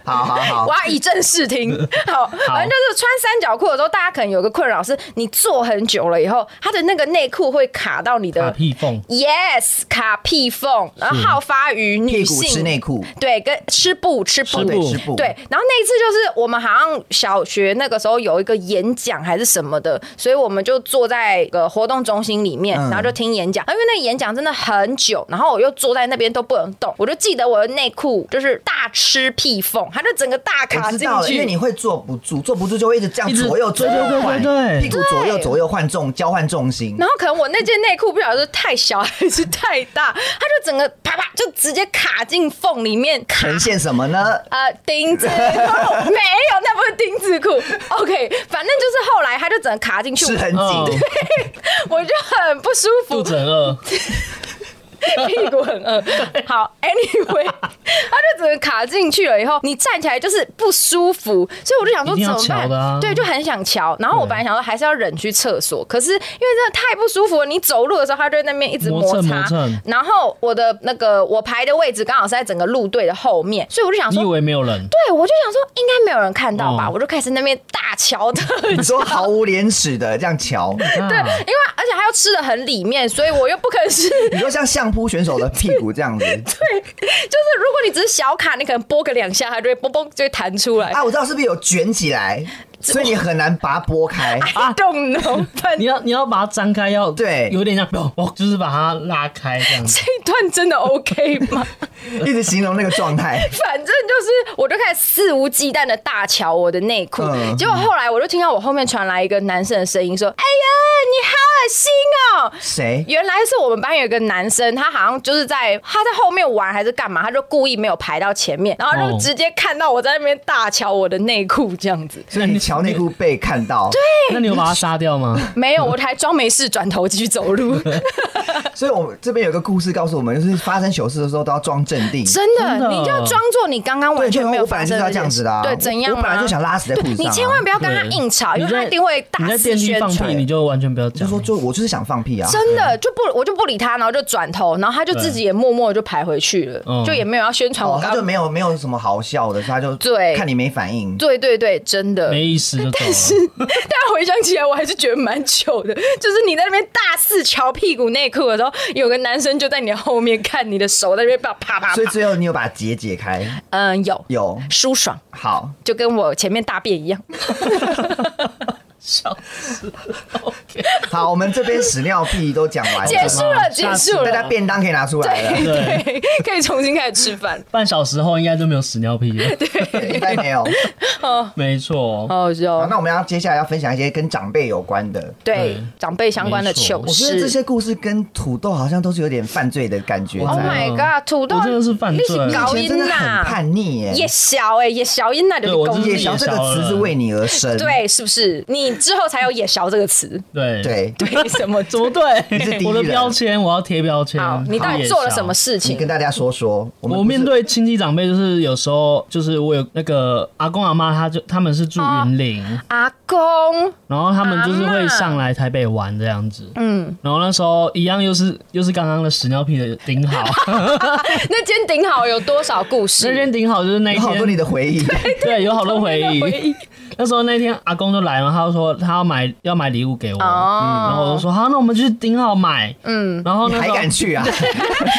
Speaker 2: 好好好
Speaker 1: 我，要以正视听。好，反正就是穿三角裤的时候，大家可能有个困扰是，你坐很久了以后，它的那个内裤会卡到你
Speaker 3: 打
Speaker 1: 的
Speaker 3: 屁缝。
Speaker 1: yes 卡屁缝，然后好发于女
Speaker 2: 屁股吃
Speaker 1: 性。
Speaker 2: 内裤，哦
Speaker 1: 对，跟吃布吃
Speaker 3: 吃
Speaker 1: 布
Speaker 3: 布
Speaker 2: 对，吃布，
Speaker 1: 对，，然后那一次就是我们好像小学那个时候有一个演讲还是什么的，所以我们就坐在个活动中心里面，
Speaker 2: 嗯
Speaker 1: 然后就听演讲。啊因为那个演讲真的很久，然后我又坐在那边都不能动，我就记得我的内裤就是大吃屁缝，它就整个大卡
Speaker 2: 我知
Speaker 1: 进
Speaker 2: 道了，因为
Speaker 1: 去。
Speaker 2: 哦你会坐不住，坐不住就会一直这
Speaker 3: 一
Speaker 2: 样
Speaker 3: 直
Speaker 2: 左右左右
Speaker 3: 对对对
Speaker 2: 换，
Speaker 3: 对对
Speaker 2: 屁股左右左右换重交换重心，
Speaker 1: 然后可能我那件内裤不晓得是太小还是太大，它就整个啪啪就直接卡进缝里面，卡
Speaker 2: 呈现什么呢？
Speaker 1: 呃，钉 子裤没有，那不是钉子裤。OK，反正就是后来它就整个卡进去，
Speaker 2: 吃很
Speaker 3: 哦
Speaker 2: 紧，
Speaker 1: 我就很不舒
Speaker 3: 肚
Speaker 1: 服，
Speaker 3: 子很饿，
Speaker 1: 屁股很饿。好，anyway，它就整个卡进去了以后，你站起来就是不舒服，所以我就想说
Speaker 3: 一定
Speaker 1: 怎
Speaker 3: 要
Speaker 1: 么
Speaker 3: 瞧
Speaker 1: 办？
Speaker 3: 的啊
Speaker 1: 对，就很想瞧。然后我本来想说还是要忍去厕所，可是因为真的太不舒服了，你走路的时候它就在那边一直
Speaker 3: 磨
Speaker 1: 摩
Speaker 3: 蹭
Speaker 1: 擦
Speaker 3: 磨蹭。
Speaker 1: 然后我的那个我排的位置刚好是在整个路队的后面，所以我就想
Speaker 3: 你以
Speaker 1: 说。
Speaker 3: 为没有人？
Speaker 1: 对，我就想说应该没有人看到吧，
Speaker 3: 哦
Speaker 1: 我就开始那边大瞧特
Speaker 2: 你说毫无廉耻的这样瞧，
Speaker 3: 对
Speaker 1: 因为而且他又吃的很里面，所以我又不肯是，就是
Speaker 2: 你说像相扑选手的屁股 这样子
Speaker 1: 如果你只是小卡，你可能拨个两下，它就会嘣嘣就会弹出来。
Speaker 2: 啊，我知道是不是有卷起来，所以你很难把它 拨开。
Speaker 1: I don't know，反
Speaker 3: 你
Speaker 1: 正
Speaker 3: 要你要把它张开，要
Speaker 2: 对
Speaker 3: 有点像，哦哦就是把它拉开这样子。
Speaker 1: 这一段真的 OK 吗？
Speaker 2: 一直形容那个状态，
Speaker 1: 反正就是，我就开始肆无忌惮的大瞧我的内裤，
Speaker 2: 嗯
Speaker 1: 结果后来我就听到我后面传来一个男生的声音说：“哎呀，你好恶心哦！”
Speaker 2: 谁？
Speaker 1: 原来是我们班有一个男生，他好像就是在他在后面玩还是干嘛，他就故意没有排到前面，然后就
Speaker 3: 哦
Speaker 1: 直接看到我在那边大瞧我的内裤这样子。
Speaker 2: 所以你瞧内裤被看到，
Speaker 3: 那你有把它杀掉吗？
Speaker 1: 没有，我还装没事，转头继续走 路。
Speaker 2: 所以我们这边有个故事告诉我们，就是发生糗事的时候都要装镇定。
Speaker 1: 真的，
Speaker 3: 真的
Speaker 1: 你就要装作你刚刚
Speaker 2: 对，
Speaker 1: 完
Speaker 2: 就
Speaker 1: 全没有
Speaker 2: 我本
Speaker 1: 发
Speaker 2: 来就
Speaker 1: 生
Speaker 2: 是要
Speaker 1: 的
Speaker 2: 这样子的、啊，
Speaker 1: 对，怎样
Speaker 2: 我
Speaker 1: 吗？
Speaker 2: 本来就想拉屎在裤子上、
Speaker 1: 你
Speaker 2: 啊
Speaker 1: 千万 不要跟他
Speaker 3: 对
Speaker 1: 硬吵，因为
Speaker 3: 你在
Speaker 1: 他一定会大
Speaker 3: 你在
Speaker 1: 肆
Speaker 3: 电
Speaker 1: 宣
Speaker 3: 视放屁，
Speaker 1: 传。
Speaker 3: 你就完全不要
Speaker 2: 就
Speaker 3: 讲。
Speaker 2: 说就我就是想放屁啊，
Speaker 1: 真的就不我就不理他，然后就转头，然后他就自己也默默地就排回去了，
Speaker 3: 嗯
Speaker 1: 就也没有要宣传我
Speaker 2: 哦，他
Speaker 1: 刚
Speaker 2: 就。没有没有什么好笑的，所以他就
Speaker 1: 对
Speaker 2: 看你没反应，
Speaker 1: 对对对，真的。
Speaker 3: 没意思就走了。
Speaker 1: 但回想起来，我还是觉得蛮糗的。就是你在那边大肆瞧屁股内裤的时候，有个男生就在你的后面看你的手在那边啪啪啪
Speaker 2: 所以
Speaker 1: 啪。
Speaker 2: 最后你有把结解开，
Speaker 1: 嗯，有
Speaker 2: 有
Speaker 1: 舒爽，
Speaker 2: 好，
Speaker 1: 就跟我前面大便一 样。
Speaker 3: 笑死。OK，
Speaker 2: 好，我们这边屎尿屁都讲完了，
Speaker 1: 结束了，结
Speaker 3: 下次
Speaker 1: 束
Speaker 2: 大家
Speaker 1: 了。
Speaker 2: 便当可以拿出来了，
Speaker 3: 对，
Speaker 1: 对，可以重新开始吃饭，
Speaker 3: 半小时后应该就没有屎尿屁了。
Speaker 2: 应该没有。
Speaker 3: 没 错。
Speaker 1: 好好
Speaker 2: 好，
Speaker 1: 笑。
Speaker 2: 那我们要接下来要分享一些跟长辈有关的。
Speaker 1: 对
Speaker 3: 对
Speaker 1: 长辈相关的糗
Speaker 2: 我觉得这
Speaker 1: 事。
Speaker 2: 些故事跟土豆好像都是有点犯罪的感觉
Speaker 1: Oh
Speaker 2: 在。
Speaker 1: my god！土豆
Speaker 3: 我真的是犯罪
Speaker 1: 你是
Speaker 2: 以
Speaker 1: 高
Speaker 2: 前
Speaker 1: 音
Speaker 2: 真的
Speaker 1: 呐
Speaker 2: 很，叛逆耶，
Speaker 1: 也小哎，也小音呐，就
Speaker 3: 对我
Speaker 1: 是功
Speaker 3: 真
Speaker 1: 力
Speaker 3: 的
Speaker 2: 野
Speaker 3: 是
Speaker 2: 小这个词是为你而生。
Speaker 1: 对，是不是？你之后才有“野小”这个词，
Speaker 3: 对，
Speaker 2: 对，
Speaker 1: 对什么？
Speaker 3: 怎么对？
Speaker 2: 你是第一
Speaker 3: 我的
Speaker 2: 人
Speaker 3: 标签，我要贴标签
Speaker 1: 好，。你到底做了什么事
Speaker 2: 你
Speaker 1: 情
Speaker 2: 跟？大家说说，我们
Speaker 3: 我
Speaker 2: 不是
Speaker 3: 面对亲戚长辈，就是有时候，就是我有那个阿公阿妈，他就他们是住
Speaker 1: 哦
Speaker 3: 云林，
Speaker 1: 阿公，
Speaker 3: 然后他们就是
Speaker 1: 阿
Speaker 3: 会
Speaker 1: 嬷
Speaker 3: 上来台北玩这样子。
Speaker 1: 嗯，
Speaker 3: 然后那时候一样又是又是刚刚的屎尿屁的 顶好，
Speaker 1: 那间顶好有多少故事？
Speaker 3: 那天顶好就是那一
Speaker 2: 有好多你
Speaker 3: 天，
Speaker 2: 的回忆，
Speaker 3: 对，有好 多回忆。
Speaker 1: 忆
Speaker 3: 那时候那天阿公就来了，他就说他要买要买礼物给我，嗯然后我就
Speaker 1: 哦，
Speaker 3: 说好，那我们去顶好买。
Speaker 1: 嗯，
Speaker 3: 然 后
Speaker 2: 你
Speaker 3: 那
Speaker 2: 还
Speaker 3: 时候
Speaker 2: 敢去啊？ 哎，对呀，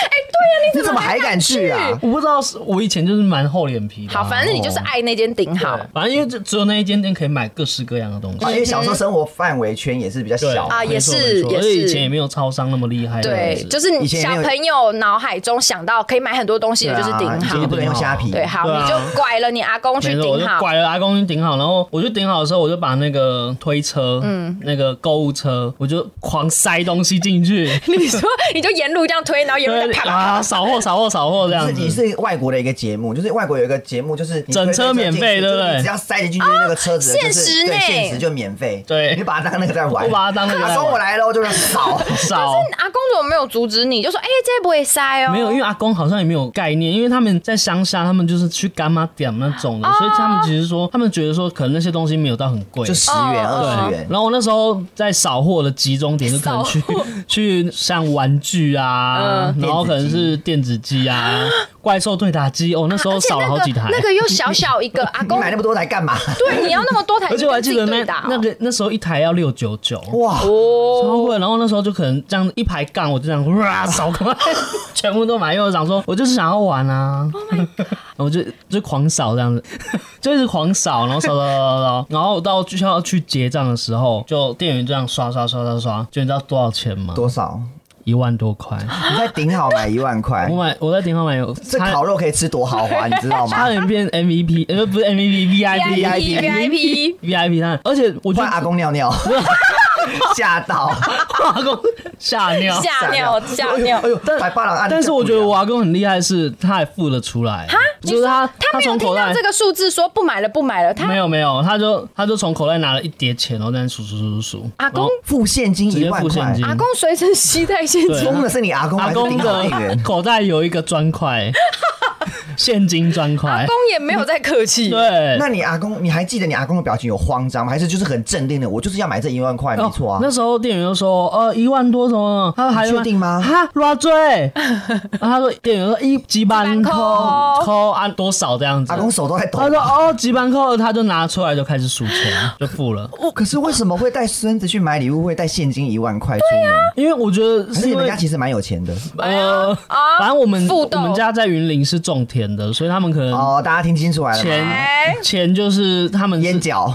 Speaker 2: 你怎么还敢去啊？
Speaker 3: 我不知道是我以前就是蛮厚脸皮的 啊，
Speaker 1: 好，反正你就是爱那间顶好
Speaker 3: 对反正因为就只有那一间店可以买各式各样的东西。
Speaker 2: 啊因为小时候生活范围圈也是比较
Speaker 3: 对
Speaker 2: 小
Speaker 1: 啊也
Speaker 3: 没错
Speaker 1: 是
Speaker 3: 没错
Speaker 1: 也
Speaker 3: 而且
Speaker 1: 是
Speaker 3: 以前也没有超商那么厉害。
Speaker 1: 对，就是你
Speaker 2: 以前也
Speaker 1: 小
Speaker 2: 没有
Speaker 1: 朋友脑海中想到可以买很多东西
Speaker 2: 对
Speaker 1: 的，
Speaker 2: 啊
Speaker 1: 就是顶
Speaker 2: 以前
Speaker 1: 好
Speaker 2: 也。不能用虾皮，
Speaker 1: 对，好，
Speaker 3: 对啊
Speaker 1: 你就拐了你阿公去
Speaker 3: 没错，我就
Speaker 1: 顶好。
Speaker 3: 拐了阿公去顶好，然后我去顶好的时候，我就把那个推车，嗯，那个购物车，我就狂塞东西进去，
Speaker 1: 你说你就沿路这样推，然后沿路
Speaker 3: 对
Speaker 1: 在啪啪啪啪
Speaker 3: 啊，扫货扫货扫货这样
Speaker 2: 是
Speaker 3: 子。
Speaker 2: 你是外国的一个节目，就是外国有一个节目，就是你推
Speaker 3: 整车免费
Speaker 2: 进去
Speaker 3: 对不对
Speaker 2: 你只要塞得进去那个车子，
Speaker 1: 哦
Speaker 2: 就
Speaker 1: 限
Speaker 2: 是
Speaker 1: 时
Speaker 2: 对
Speaker 1: 内
Speaker 2: 限时就免费，
Speaker 3: 对
Speaker 2: 你把它当那个在玩，
Speaker 3: 我把它当那个在玩
Speaker 2: 阿公我来喽，就是 扫。
Speaker 3: 扫。
Speaker 1: 阿公怎么没有阻止你？就说哎、这不会塞哦。
Speaker 3: 没有，因为阿公好像也没有概念，因为他们在乡下，他们就是去干妈点那种的，
Speaker 1: 哦
Speaker 3: 所以他们其实说，他们觉得说可能那些东西没有到很贵，
Speaker 2: 就十元、
Speaker 1: 哦
Speaker 2: 二十
Speaker 3: 对
Speaker 2: 元，。
Speaker 3: 然后我那时候在扫货的集中点，就可能去 去像玩具啊，
Speaker 2: 嗯
Speaker 3: 然后可能是电子机 啊、怪兽对打机哦，那时候
Speaker 1: 啊而且
Speaker 3: 扫了好几台。
Speaker 1: 那个、那个又小小一个，阿
Speaker 2: 你
Speaker 1: 公
Speaker 2: 买那么多台干嘛？
Speaker 1: 对，你要那么多台，
Speaker 3: 而且我还记得
Speaker 1: 你
Speaker 3: 那
Speaker 1: 跟自己对打哦
Speaker 3: 那个那时候一台要六九九，
Speaker 2: 哇，
Speaker 3: 超
Speaker 1: 哦，
Speaker 3: 贵。然后那时候就可能这样一排杠，我就这样哇扫 过来，全部都买。因为我想说，我就是想要玩啊，
Speaker 1: Oh
Speaker 3: 我就就狂扫这样子， 就一直狂扫，然后扫扫扫扫扫，然后到就要去结账的时候，就店员这样刷刷刷刷刷，就你知道多少钱吗？
Speaker 2: 多少？
Speaker 3: 一万多块。
Speaker 2: 你在顶好买一万块
Speaker 3: 我，买我在顶上买有
Speaker 2: 这烤肉可以吃多豪华，你知道
Speaker 3: 差
Speaker 2: 吗？
Speaker 3: 点变 MVP，呃不是 MVP，VIP
Speaker 1: VIP VIP，
Speaker 3: VIP 他，而且我就
Speaker 2: 换 阿公尿尿，吓到
Speaker 3: 阿公吓尿。
Speaker 1: 吓尿吓尿
Speaker 2: 哎。呦，
Speaker 3: 但
Speaker 2: 白巴郎，啊
Speaker 3: 但是我觉得我阿公很厉害，是他还付了出来。
Speaker 1: 你
Speaker 3: 就是
Speaker 1: 说
Speaker 3: 他，
Speaker 1: 他没有
Speaker 3: 从
Speaker 1: 听
Speaker 3: 口
Speaker 1: 到
Speaker 3: 袋
Speaker 1: 这个数字，说不买了不买了，他
Speaker 3: 没有没有，他就他就从口袋拿了一叠钱，然后在那数数数数数。
Speaker 1: 阿公
Speaker 3: 然后
Speaker 2: 付现金
Speaker 3: 直
Speaker 2: 一
Speaker 3: 接
Speaker 2: 万
Speaker 3: 付现
Speaker 2: 块，
Speaker 3: 金
Speaker 1: 阿公随身携带现
Speaker 3: 对
Speaker 1: 金，
Speaker 2: 疯的是你阿公还
Speaker 3: 阿
Speaker 2: 是
Speaker 3: 公
Speaker 2: 顶好店
Speaker 3: 的
Speaker 2: 员？
Speaker 3: 口袋有一个 砖块，现金砖
Speaker 1: 阿
Speaker 3: 块。
Speaker 1: 公也没有在客气。
Speaker 3: 对，
Speaker 2: 那你阿公，你还记得你阿公的表情有慌张吗？还是就是很镇定的？我就是要买这一万块，没错啊
Speaker 3: 哦。那时候店员就说：“呃，一万多什么？”他还啊
Speaker 2: 你确定吗
Speaker 3: 哈，多 追。然后他说：“店员说一几
Speaker 1: 几
Speaker 3: 万
Speaker 1: 万
Speaker 3: 扣
Speaker 1: 块
Speaker 3: 扣按多少这样子。”
Speaker 2: 阿公手都在抖
Speaker 3: 他。说：“哦，几万扣。”他就拿出来就开始数钱，就付了。
Speaker 2: 可是为什么会带孙子去买礼物，会带现金一万块出门？
Speaker 3: 因为我觉得
Speaker 2: 可是
Speaker 3: 啊是
Speaker 2: 你
Speaker 3: 因
Speaker 2: 们
Speaker 3: 为
Speaker 2: 家其实蛮有钱的
Speaker 3: 呃，
Speaker 1: 啊
Speaker 3: 反正我们
Speaker 1: 富
Speaker 3: 我
Speaker 1: 豆
Speaker 3: 们家在云林是种田的，所以他们可能
Speaker 2: 哦，大家听清楚来了
Speaker 3: 嗯钱
Speaker 2: 吗？
Speaker 1: 哎
Speaker 3: 钱就是他们
Speaker 2: 烟
Speaker 3: 是
Speaker 2: 角，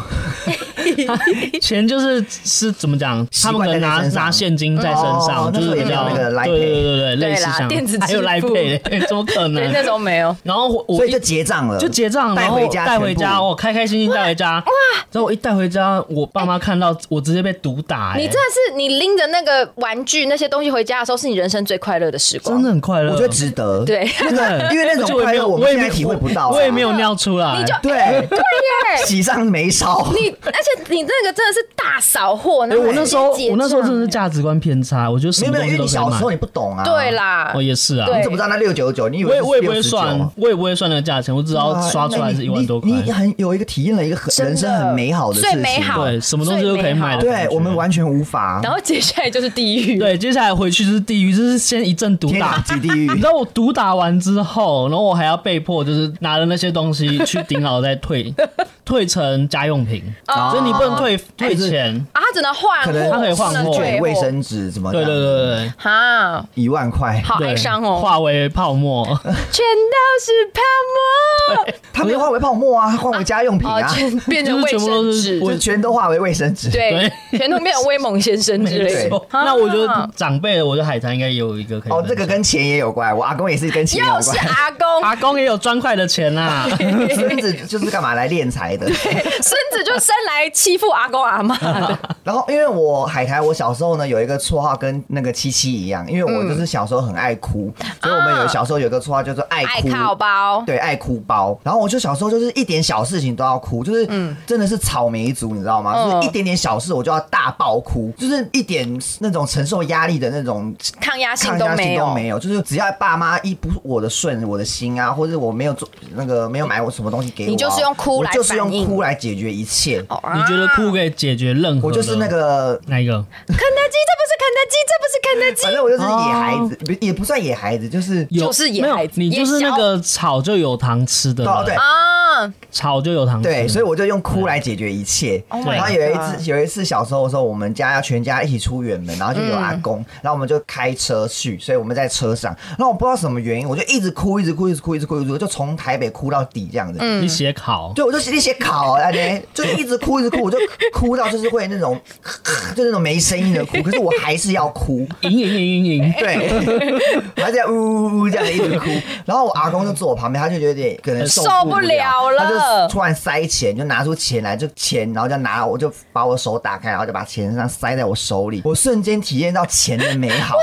Speaker 3: 钱就是是怎么讲，
Speaker 2: 习
Speaker 3: 他
Speaker 2: 惯
Speaker 3: 们可能
Speaker 2: 在
Speaker 3: 拿
Speaker 2: 身上
Speaker 3: 拿现金在身
Speaker 2: 哦
Speaker 3: 上，
Speaker 2: 那时
Speaker 3: 就是
Speaker 2: 候
Speaker 3: 比
Speaker 2: 也没有
Speaker 3: 较
Speaker 2: 那个
Speaker 3: 对
Speaker 2: Line
Speaker 3: 对对对，类
Speaker 1: 对
Speaker 3: 似
Speaker 1: 啦
Speaker 3: 像
Speaker 1: 电子
Speaker 3: 还有
Speaker 1: 支
Speaker 3: 来
Speaker 1: 付
Speaker 3: 配， 怎么可
Speaker 1: 对，那
Speaker 3: 能
Speaker 1: 时？候没有。
Speaker 3: 然后我
Speaker 2: 所
Speaker 3: 我
Speaker 2: 以就结账了，
Speaker 3: 就结账，
Speaker 2: 带
Speaker 3: 然后
Speaker 2: 回家，
Speaker 3: 带回家，。哦我开开心心带回家。哇！然后我一带回家，我爸妈看到我直接被毒打，哎
Speaker 1: 你真的是你拎着那个玩具那些东西回家的时候，是你人生最快乐的时光。
Speaker 3: 真的哎很快乐，
Speaker 2: 我觉得值得。
Speaker 1: 对，
Speaker 3: 真的，
Speaker 2: 因为那种
Speaker 3: 而
Speaker 2: 快
Speaker 3: 且我也没
Speaker 2: 乐
Speaker 3: 有
Speaker 2: 我们
Speaker 3: 我也
Speaker 2: 现在
Speaker 3: 没
Speaker 2: 体会不到啊
Speaker 3: 我也没有尿出来，
Speaker 1: 你就哎
Speaker 2: 对，
Speaker 1: 对耶，
Speaker 2: 喜上眉梢。
Speaker 1: 你而且你那个真的是大扫货，然
Speaker 3: 哎
Speaker 1: 后
Speaker 3: 我那时候
Speaker 1: 直接结
Speaker 3: 我那时候
Speaker 1: 账
Speaker 3: 真的是价值观偏差，我觉得什
Speaker 2: 没有
Speaker 3: 么
Speaker 2: 没有，
Speaker 3: 东
Speaker 2: 因
Speaker 3: 西
Speaker 2: 为
Speaker 3: 都
Speaker 2: 你小
Speaker 3: 可以
Speaker 2: 时候
Speaker 3: 买
Speaker 2: 你。不懂啊。
Speaker 1: 对。啦
Speaker 3: 哦，，也是啊，
Speaker 1: 对
Speaker 2: 你怎么知道那六九九？啊你以
Speaker 3: 我
Speaker 2: 为
Speaker 3: 也我也不会
Speaker 2: 是699
Speaker 3: 算，我也不会算那个价钱，我只知道
Speaker 2: 啊
Speaker 3: 刷出来是一万多块
Speaker 2: 你。你你很有一个体验了一个很
Speaker 1: 真的
Speaker 2: 人生很美好的事情，
Speaker 1: 最美好
Speaker 3: 对，什么东西都可以买的
Speaker 1: 最
Speaker 3: 感
Speaker 2: 对
Speaker 3: 觉
Speaker 2: 我们完全无法。
Speaker 1: 然后接下来就是地狱。
Speaker 3: 对，接下来回去就是地狱，就是先一阵毒
Speaker 2: 天
Speaker 3: 打
Speaker 2: 堂。及地狱
Speaker 3: 你知，道我毒打完之后，然后我还要被迫就是拿了那些东西去顶好再退，退成家用品，
Speaker 1: 哦
Speaker 3: 所以你不能退退钱。
Speaker 1: 啊，他只能换货，
Speaker 2: 可能他
Speaker 3: 可以换
Speaker 1: 不能
Speaker 3: 货
Speaker 1: 退
Speaker 2: 卷
Speaker 1: 货
Speaker 2: 卫生纸什么的，
Speaker 3: 对对对对
Speaker 1: 哈，
Speaker 2: 一万块，
Speaker 1: 好
Speaker 3: 对，
Speaker 1: 哀伤哦，
Speaker 3: 化为泡沫。
Speaker 1: 全都是泡沫。
Speaker 3: 哎
Speaker 2: 他没有化为泡沫啊，他换为家用品
Speaker 1: 哦，
Speaker 2: 啊，
Speaker 1: 全变成卫生纸，
Speaker 2: 就全都化为卫生纸。
Speaker 1: 对，全都变成威猛先生之类
Speaker 2: 没
Speaker 1: 的
Speaker 2: 错。
Speaker 1: 啊
Speaker 3: 那我觉得长辈的，我觉得海棠应该也有一个可以分
Speaker 2: 哦，
Speaker 3: 享。
Speaker 2: 这个跟钱也有关，我阿公也是跟钱有
Speaker 1: 又 是
Speaker 2: 关。
Speaker 1: 阿公，
Speaker 3: 阿公也有砖块的钱啊啦、
Speaker 1: 欸
Speaker 2: 孙子就是干嘛来敛财的？
Speaker 1: 孙子就生来欺负阿公阿妈的。
Speaker 2: 然后因为我海苔，我小时候呢有一个绰号跟那个七七一样，因为我
Speaker 1: 嗯
Speaker 2: 就是小时候很爱哭，所以我们有小时候有个绰号叫做 爱
Speaker 1: 啊爱
Speaker 2: 哭。
Speaker 1: 靠包，
Speaker 2: 对，爱哭包。然后我就小时候就是一点小事情都要哭，就是真的是草莓族，你知道吗？
Speaker 1: 嗯
Speaker 2: 就是一点点小事我就要大爆哭，就是一点那种承受压力的那种
Speaker 1: 抗压性
Speaker 2: 抗
Speaker 1: 都
Speaker 2: 压
Speaker 1: 没
Speaker 2: 性
Speaker 1: 有
Speaker 2: 都。没有，就是只要爸妈一不我的顺我的心啊，或者我没有做那个没有买我什么东西给我啊、
Speaker 1: 你就是用哭来
Speaker 2: 我就是
Speaker 1: 反
Speaker 2: 用
Speaker 1: 应
Speaker 2: 哭来解决一切。
Speaker 1: 哦啊
Speaker 3: 你觉得哭可以解决任何？
Speaker 2: 我就是那个，
Speaker 3: 哪一个？
Speaker 1: 肯德基，这不是肯德基，这不是肯德基
Speaker 2: 反。正我就是野孩子，
Speaker 1: 哦
Speaker 2: 不也不算野孩子，就是
Speaker 3: 有
Speaker 1: 就是野
Speaker 3: 没有
Speaker 1: 孩子
Speaker 3: 你
Speaker 1: 野
Speaker 3: 就是那个炒就有糖吃的
Speaker 2: 哦
Speaker 3: 人，
Speaker 2: 对
Speaker 1: 啊，
Speaker 3: 炒就有糖吃。
Speaker 2: 对，所以我就用哭来解决一切。
Speaker 1: Oh
Speaker 3: my
Speaker 2: 然后有一
Speaker 1: God
Speaker 2: 次，有一次小时候的时候，我们家要全家一起出远门，然后就
Speaker 1: 嗯
Speaker 2: 有阿公，然后我们就开车去，所以我们在车上，然后我不知道什么
Speaker 1: 嗯
Speaker 2: 原因，我就一直哭，一直哭，一直哭，一直哭，一直哭，就从台北哭到底这样子。
Speaker 3: 你写烤，
Speaker 2: 对，我就一些考啊，你 就一直哭一直哭，我就 哭到就是会那种， 就那种没声音的哭，可是我还是要 哭，
Speaker 3: 赢赢赢赢赢，
Speaker 2: 对，我还是要呜呜呜这样子一直哭。然后我阿公就坐我旁边，他就有点可能
Speaker 1: 受不了了
Speaker 2: 他就突然塞钱，就拿出钱来，就钱，然后就拿，我就把我手打开，然后就把钱上塞在我手里，我瞬间体验到钱的美 好。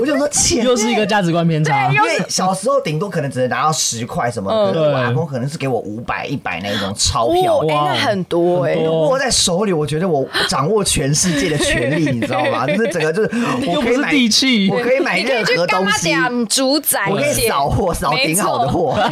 Speaker 2: 我就说钱啊
Speaker 3: 又是一个价值观偏差。
Speaker 2: 因为小时候顶多可能只能拿到十块什么
Speaker 3: 嗯
Speaker 2: 的，可是我阿公可能是给我五百、一百那一种钞票
Speaker 1: 哦，哎、那很多哎、
Speaker 3: 很多
Speaker 2: 握在手里，我觉得我掌握全世界的权利，你知道 吗？就是整个就是我可
Speaker 3: 又不
Speaker 2: 以
Speaker 3: 是
Speaker 2: 买，
Speaker 3: 地契
Speaker 2: 我可以买
Speaker 1: 你可以
Speaker 2: 任
Speaker 1: 去
Speaker 2: 何
Speaker 1: 干
Speaker 2: 东
Speaker 1: 嘛
Speaker 2: 西，
Speaker 1: 讲主宰
Speaker 2: 我可
Speaker 1: 一
Speaker 2: 以
Speaker 1: 些，
Speaker 2: 扫货，扫
Speaker 1: 没
Speaker 2: 顶好的
Speaker 1: 错
Speaker 2: 货。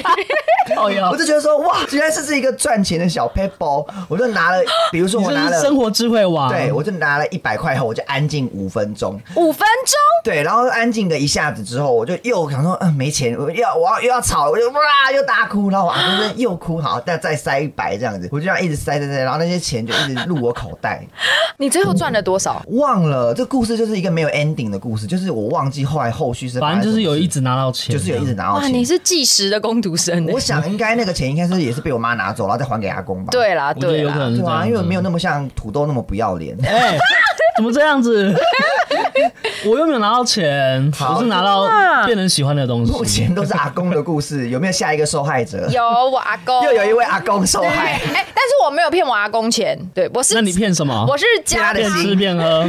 Speaker 3: 哦哟
Speaker 2: 我就觉得说，哇，原来这是一个赚钱的小 paper。我哦就 拿了，比如说
Speaker 3: 你
Speaker 2: 我
Speaker 3: 就
Speaker 2: 拿
Speaker 3: 是
Speaker 2: 了
Speaker 3: 生，活智慧王。
Speaker 2: 对我就拿了一百块后，我就安静五分钟。
Speaker 1: 五分钟，
Speaker 2: 对，然后安静的一下子之后，我就又想说，嗯，没钱，我又要我要又要吵了，我就哇又大哭，然后我阿公就又哭，好，但再塞一百这样子，我就这样一直塞塞塞，然后那些钱就一直入我口袋，
Speaker 1: 你最后赚了多少？
Speaker 2: 忘了这故事就是一个没有 ending 的故事，就是我忘记后来后续是发
Speaker 3: 反
Speaker 2: 生
Speaker 3: 正就是
Speaker 2: 什么
Speaker 3: 有
Speaker 2: 事
Speaker 3: 一，直拿到钱，
Speaker 2: 就是有一直拿到
Speaker 1: 哇，你
Speaker 2: 钱。
Speaker 1: 是计时的工读生、欸
Speaker 2: 我。想应该那个钱应该是也是被我妈拿走，然后再还给阿公 吧。
Speaker 1: 对啦，
Speaker 3: 我觉得
Speaker 1: 对
Speaker 3: 有可
Speaker 1: 啦，
Speaker 3: 能是
Speaker 2: 对
Speaker 3: 这
Speaker 2: 啊，
Speaker 3: 样，
Speaker 2: 因为没有。那么像土豆那么不要 脸。
Speaker 3: 哎，怎么这样子？我又没有拿到钱，
Speaker 2: 好
Speaker 3: 我是拿到
Speaker 1: 啊
Speaker 3: 变成喜欢的东
Speaker 2: 目
Speaker 3: 西。
Speaker 2: 前都是阿公的故事，有没有下一个受害者？
Speaker 1: 有我阿公，
Speaker 2: 又有一位阿公受
Speaker 1: 对，
Speaker 2: 害
Speaker 1: 哎、。但是我没有骗我阿公钱，对我是
Speaker 3: 那你骗什么？
Speaker 1: 我是教
Speaker 2: 骗他的
Speaker 3: 骗
Speaker 2: 心
Speaker 1: 他。
Speaker 3: 吃骗喝，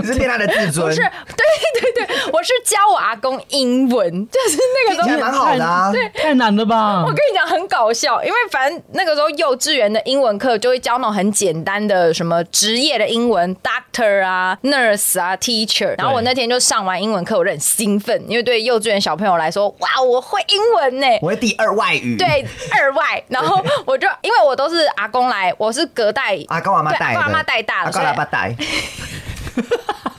Speaker 2: 你是骗他的自尊，
Speaker 1: 不是，对对对，我是教我阿公英文，就是那个
Speaker 2: 听
Speaker 1: 时
Speaker 2: 起来
Speaker 1: 候。
Speaker 2: 蛮好的啊。
Speaker 3: 太难了吧
Speaker 1: 我？跟你讲很搞笑，因为反正那个时候幼稚园的英文课就会教那种很简单的什么职业的英文，doctor 啊、nurse 啊、teacher。然后我那天就上完英文课，我就很兴奋，因为对幼稚园小朋友来说，哇，我会英文呢、
Speaker 2: 我是第二外语，，
Speaker 1: 对，二外，然后我就因为我都是阿公来，我是隔代
Speaker 2: 阿公阿妈
Speaker 1: 对
Speaker 2: 带的，
Speaker 1: 阿公阿妈带大的
Speaker 2: 阿公阿妈带，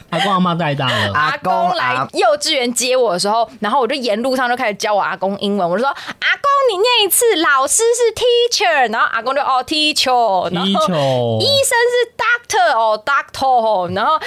Speaker 3: 阿公阿妈带 大了，
Speaker 1: 阿公来
Speaker 2: 阿啊
Speaker 1: 幼稚园接我的时候，然后我就沿路上就开始教我阿公英文，我就说阿公你念一次，老师是 teacher，然后阿公就哦 teacher，然
Speaker 3: 踢
Speaker 1: 后。
Speaker 3: 球
Speaker 2: 哦
Speaker 1: 医生是 doctor 哦，doctor 哦，然后护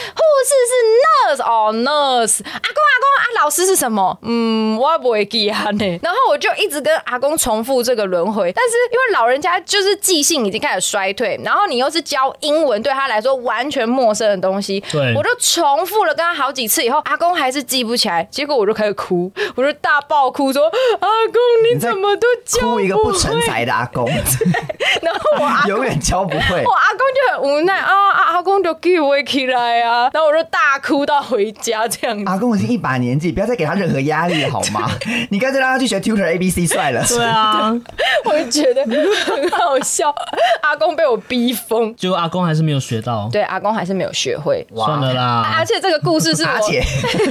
Speaker 1: 士是 nurse 哦，nurse。阿公阿公啊，老师是什么？嗯，我不会记啊呢。然后我就一直跟阿公重复这个轮回，但是因为老人家就是记性已经开始衰退，然后你又是教英文，对他来说完全陌生的东西，
Speaker 3: 对
Speaker 1: 我就重复了跟他好几次以后，阿公还是记不起来，结果我就开始哭，我就大爆哭说：“阿公，你
Speaker 2: 在
Speaker 1: 怎么都教
Speaker 2: 哭一个
Speaker 1: 不
Speaker 2: 不
Speaker 1: 会
Speaker 2: 成才的阿公，
Speaker 1: 然 后我阿
Speaker 2: 永远教不会
Speaker 1: 哦我。阿公就很无奈啊，啊阿公就给我起来啊，然后我就大哭到回家这样子。
Speaker 2: 阿公已经一把年纪，不要再给他任何压力了好 吗？你干脆让他去学 tutor A B C 算了。
Speaker 3: 对啊，
Speaker 1: 我就觉得 很好笑，阿公被我逼疯。
Speaker 3: 结果阿公还是没有学到，
Speaker 1: 对，啊阿公还是没有学会。
Speaker 2: 哇
Speaker 3: 算了
Speaker 1: 而
Speaker 3: 啦。
Speaker 1: 且这个故事是我
Speaker 2: 而 且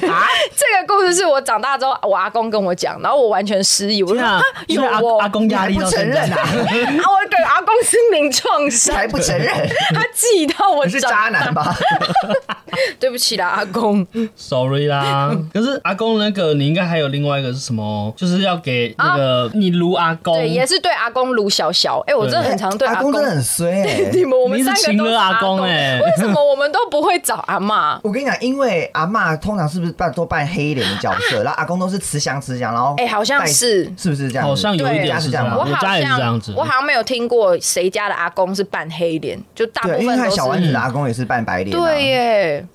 Speaker 2: 啊，
Speaker 1: 这个故事是我长大之后，我阿公跟我讲，然后我完全失忆，我说、
Speaker 3: 天啊
Speaker 1: 啊，
Speaker 3: 因
Speaker 1: 有
Speaker 3: 为阿
Speaker 1: 哦，
Speaker 3: 阿公
Speaker 2: 你
Speaker 3: 压
Speaker 2: 还
Speaker 3: 力
Speaker 2: 不
Speaker 3: 到
Speaker 2: 承
Speaker 3: 现
Speaker 2: 认
Speaker 3: 在，
Speaker 2: 啊？
Speaker 1: 啊，我对阿公心灵创
Speaker 2: 你还
Speaker 1: 伤，
Speaker 2: 不承认？
Speaker 1: 他记到我
Speaker 2: 你是渣
Speaker 1: 长，
Speaker 2: 男吧？
Speaker 1: 对不起啦，阿公。
Speaker 3: sorry 啦。可是阿公那个，你应该还有另外一个是什么？就是要给那个你如阿公，
Speaker 1: 对，也是对阿公卢小小。哎、我真的很常对
Speaker 2: 阿公真的很衰欸。？
Speaker 1: 你们我们
Speaker 3: 哎你是
Speaker 1: 三个
Speaker 3: 情
Speaker 1: 都是
Speaker 3: 勒阿公欸
Speaker 1: 为什么我们都不会找阿妈
Speaker 2: 我跟你讲，因为阿嬷通常是不是扮都扮黑脸的角 色，然后阿公都是慈祥慈祥，然后
Speaker 1: 哎好像
Speaker 2: 带
Speaker 1: 是
Speaker 2: 是不是这样子？
Speaker 3: 好像有一
Speaker 1: 对
Speaker 3: 点
Speaker 2: 家
Speaker 3: 是
Speaker 2: 是
Speaker 3: 这
Speaker 2: 这样
Speaker 3: 样
Speaker 2: 吗
Speaker 3: 吧，
Speaker 1: 我好
Speaker 3: 家也是这样
Speaker 1: 像
Speaker 3: 子。
Speaker 1: 我好像没有听过谁家的阿公是扮黑脸，就大部
Speaker 2: 对，因为
Speaker 1: 分
Speaker 2: 看
Speaker 1: 都
Speaker 2: 小丸
Speaker 1: 是。
Speaker 2: 子的阿公也是扮白脸、啊，
Speaker 1: 对耶，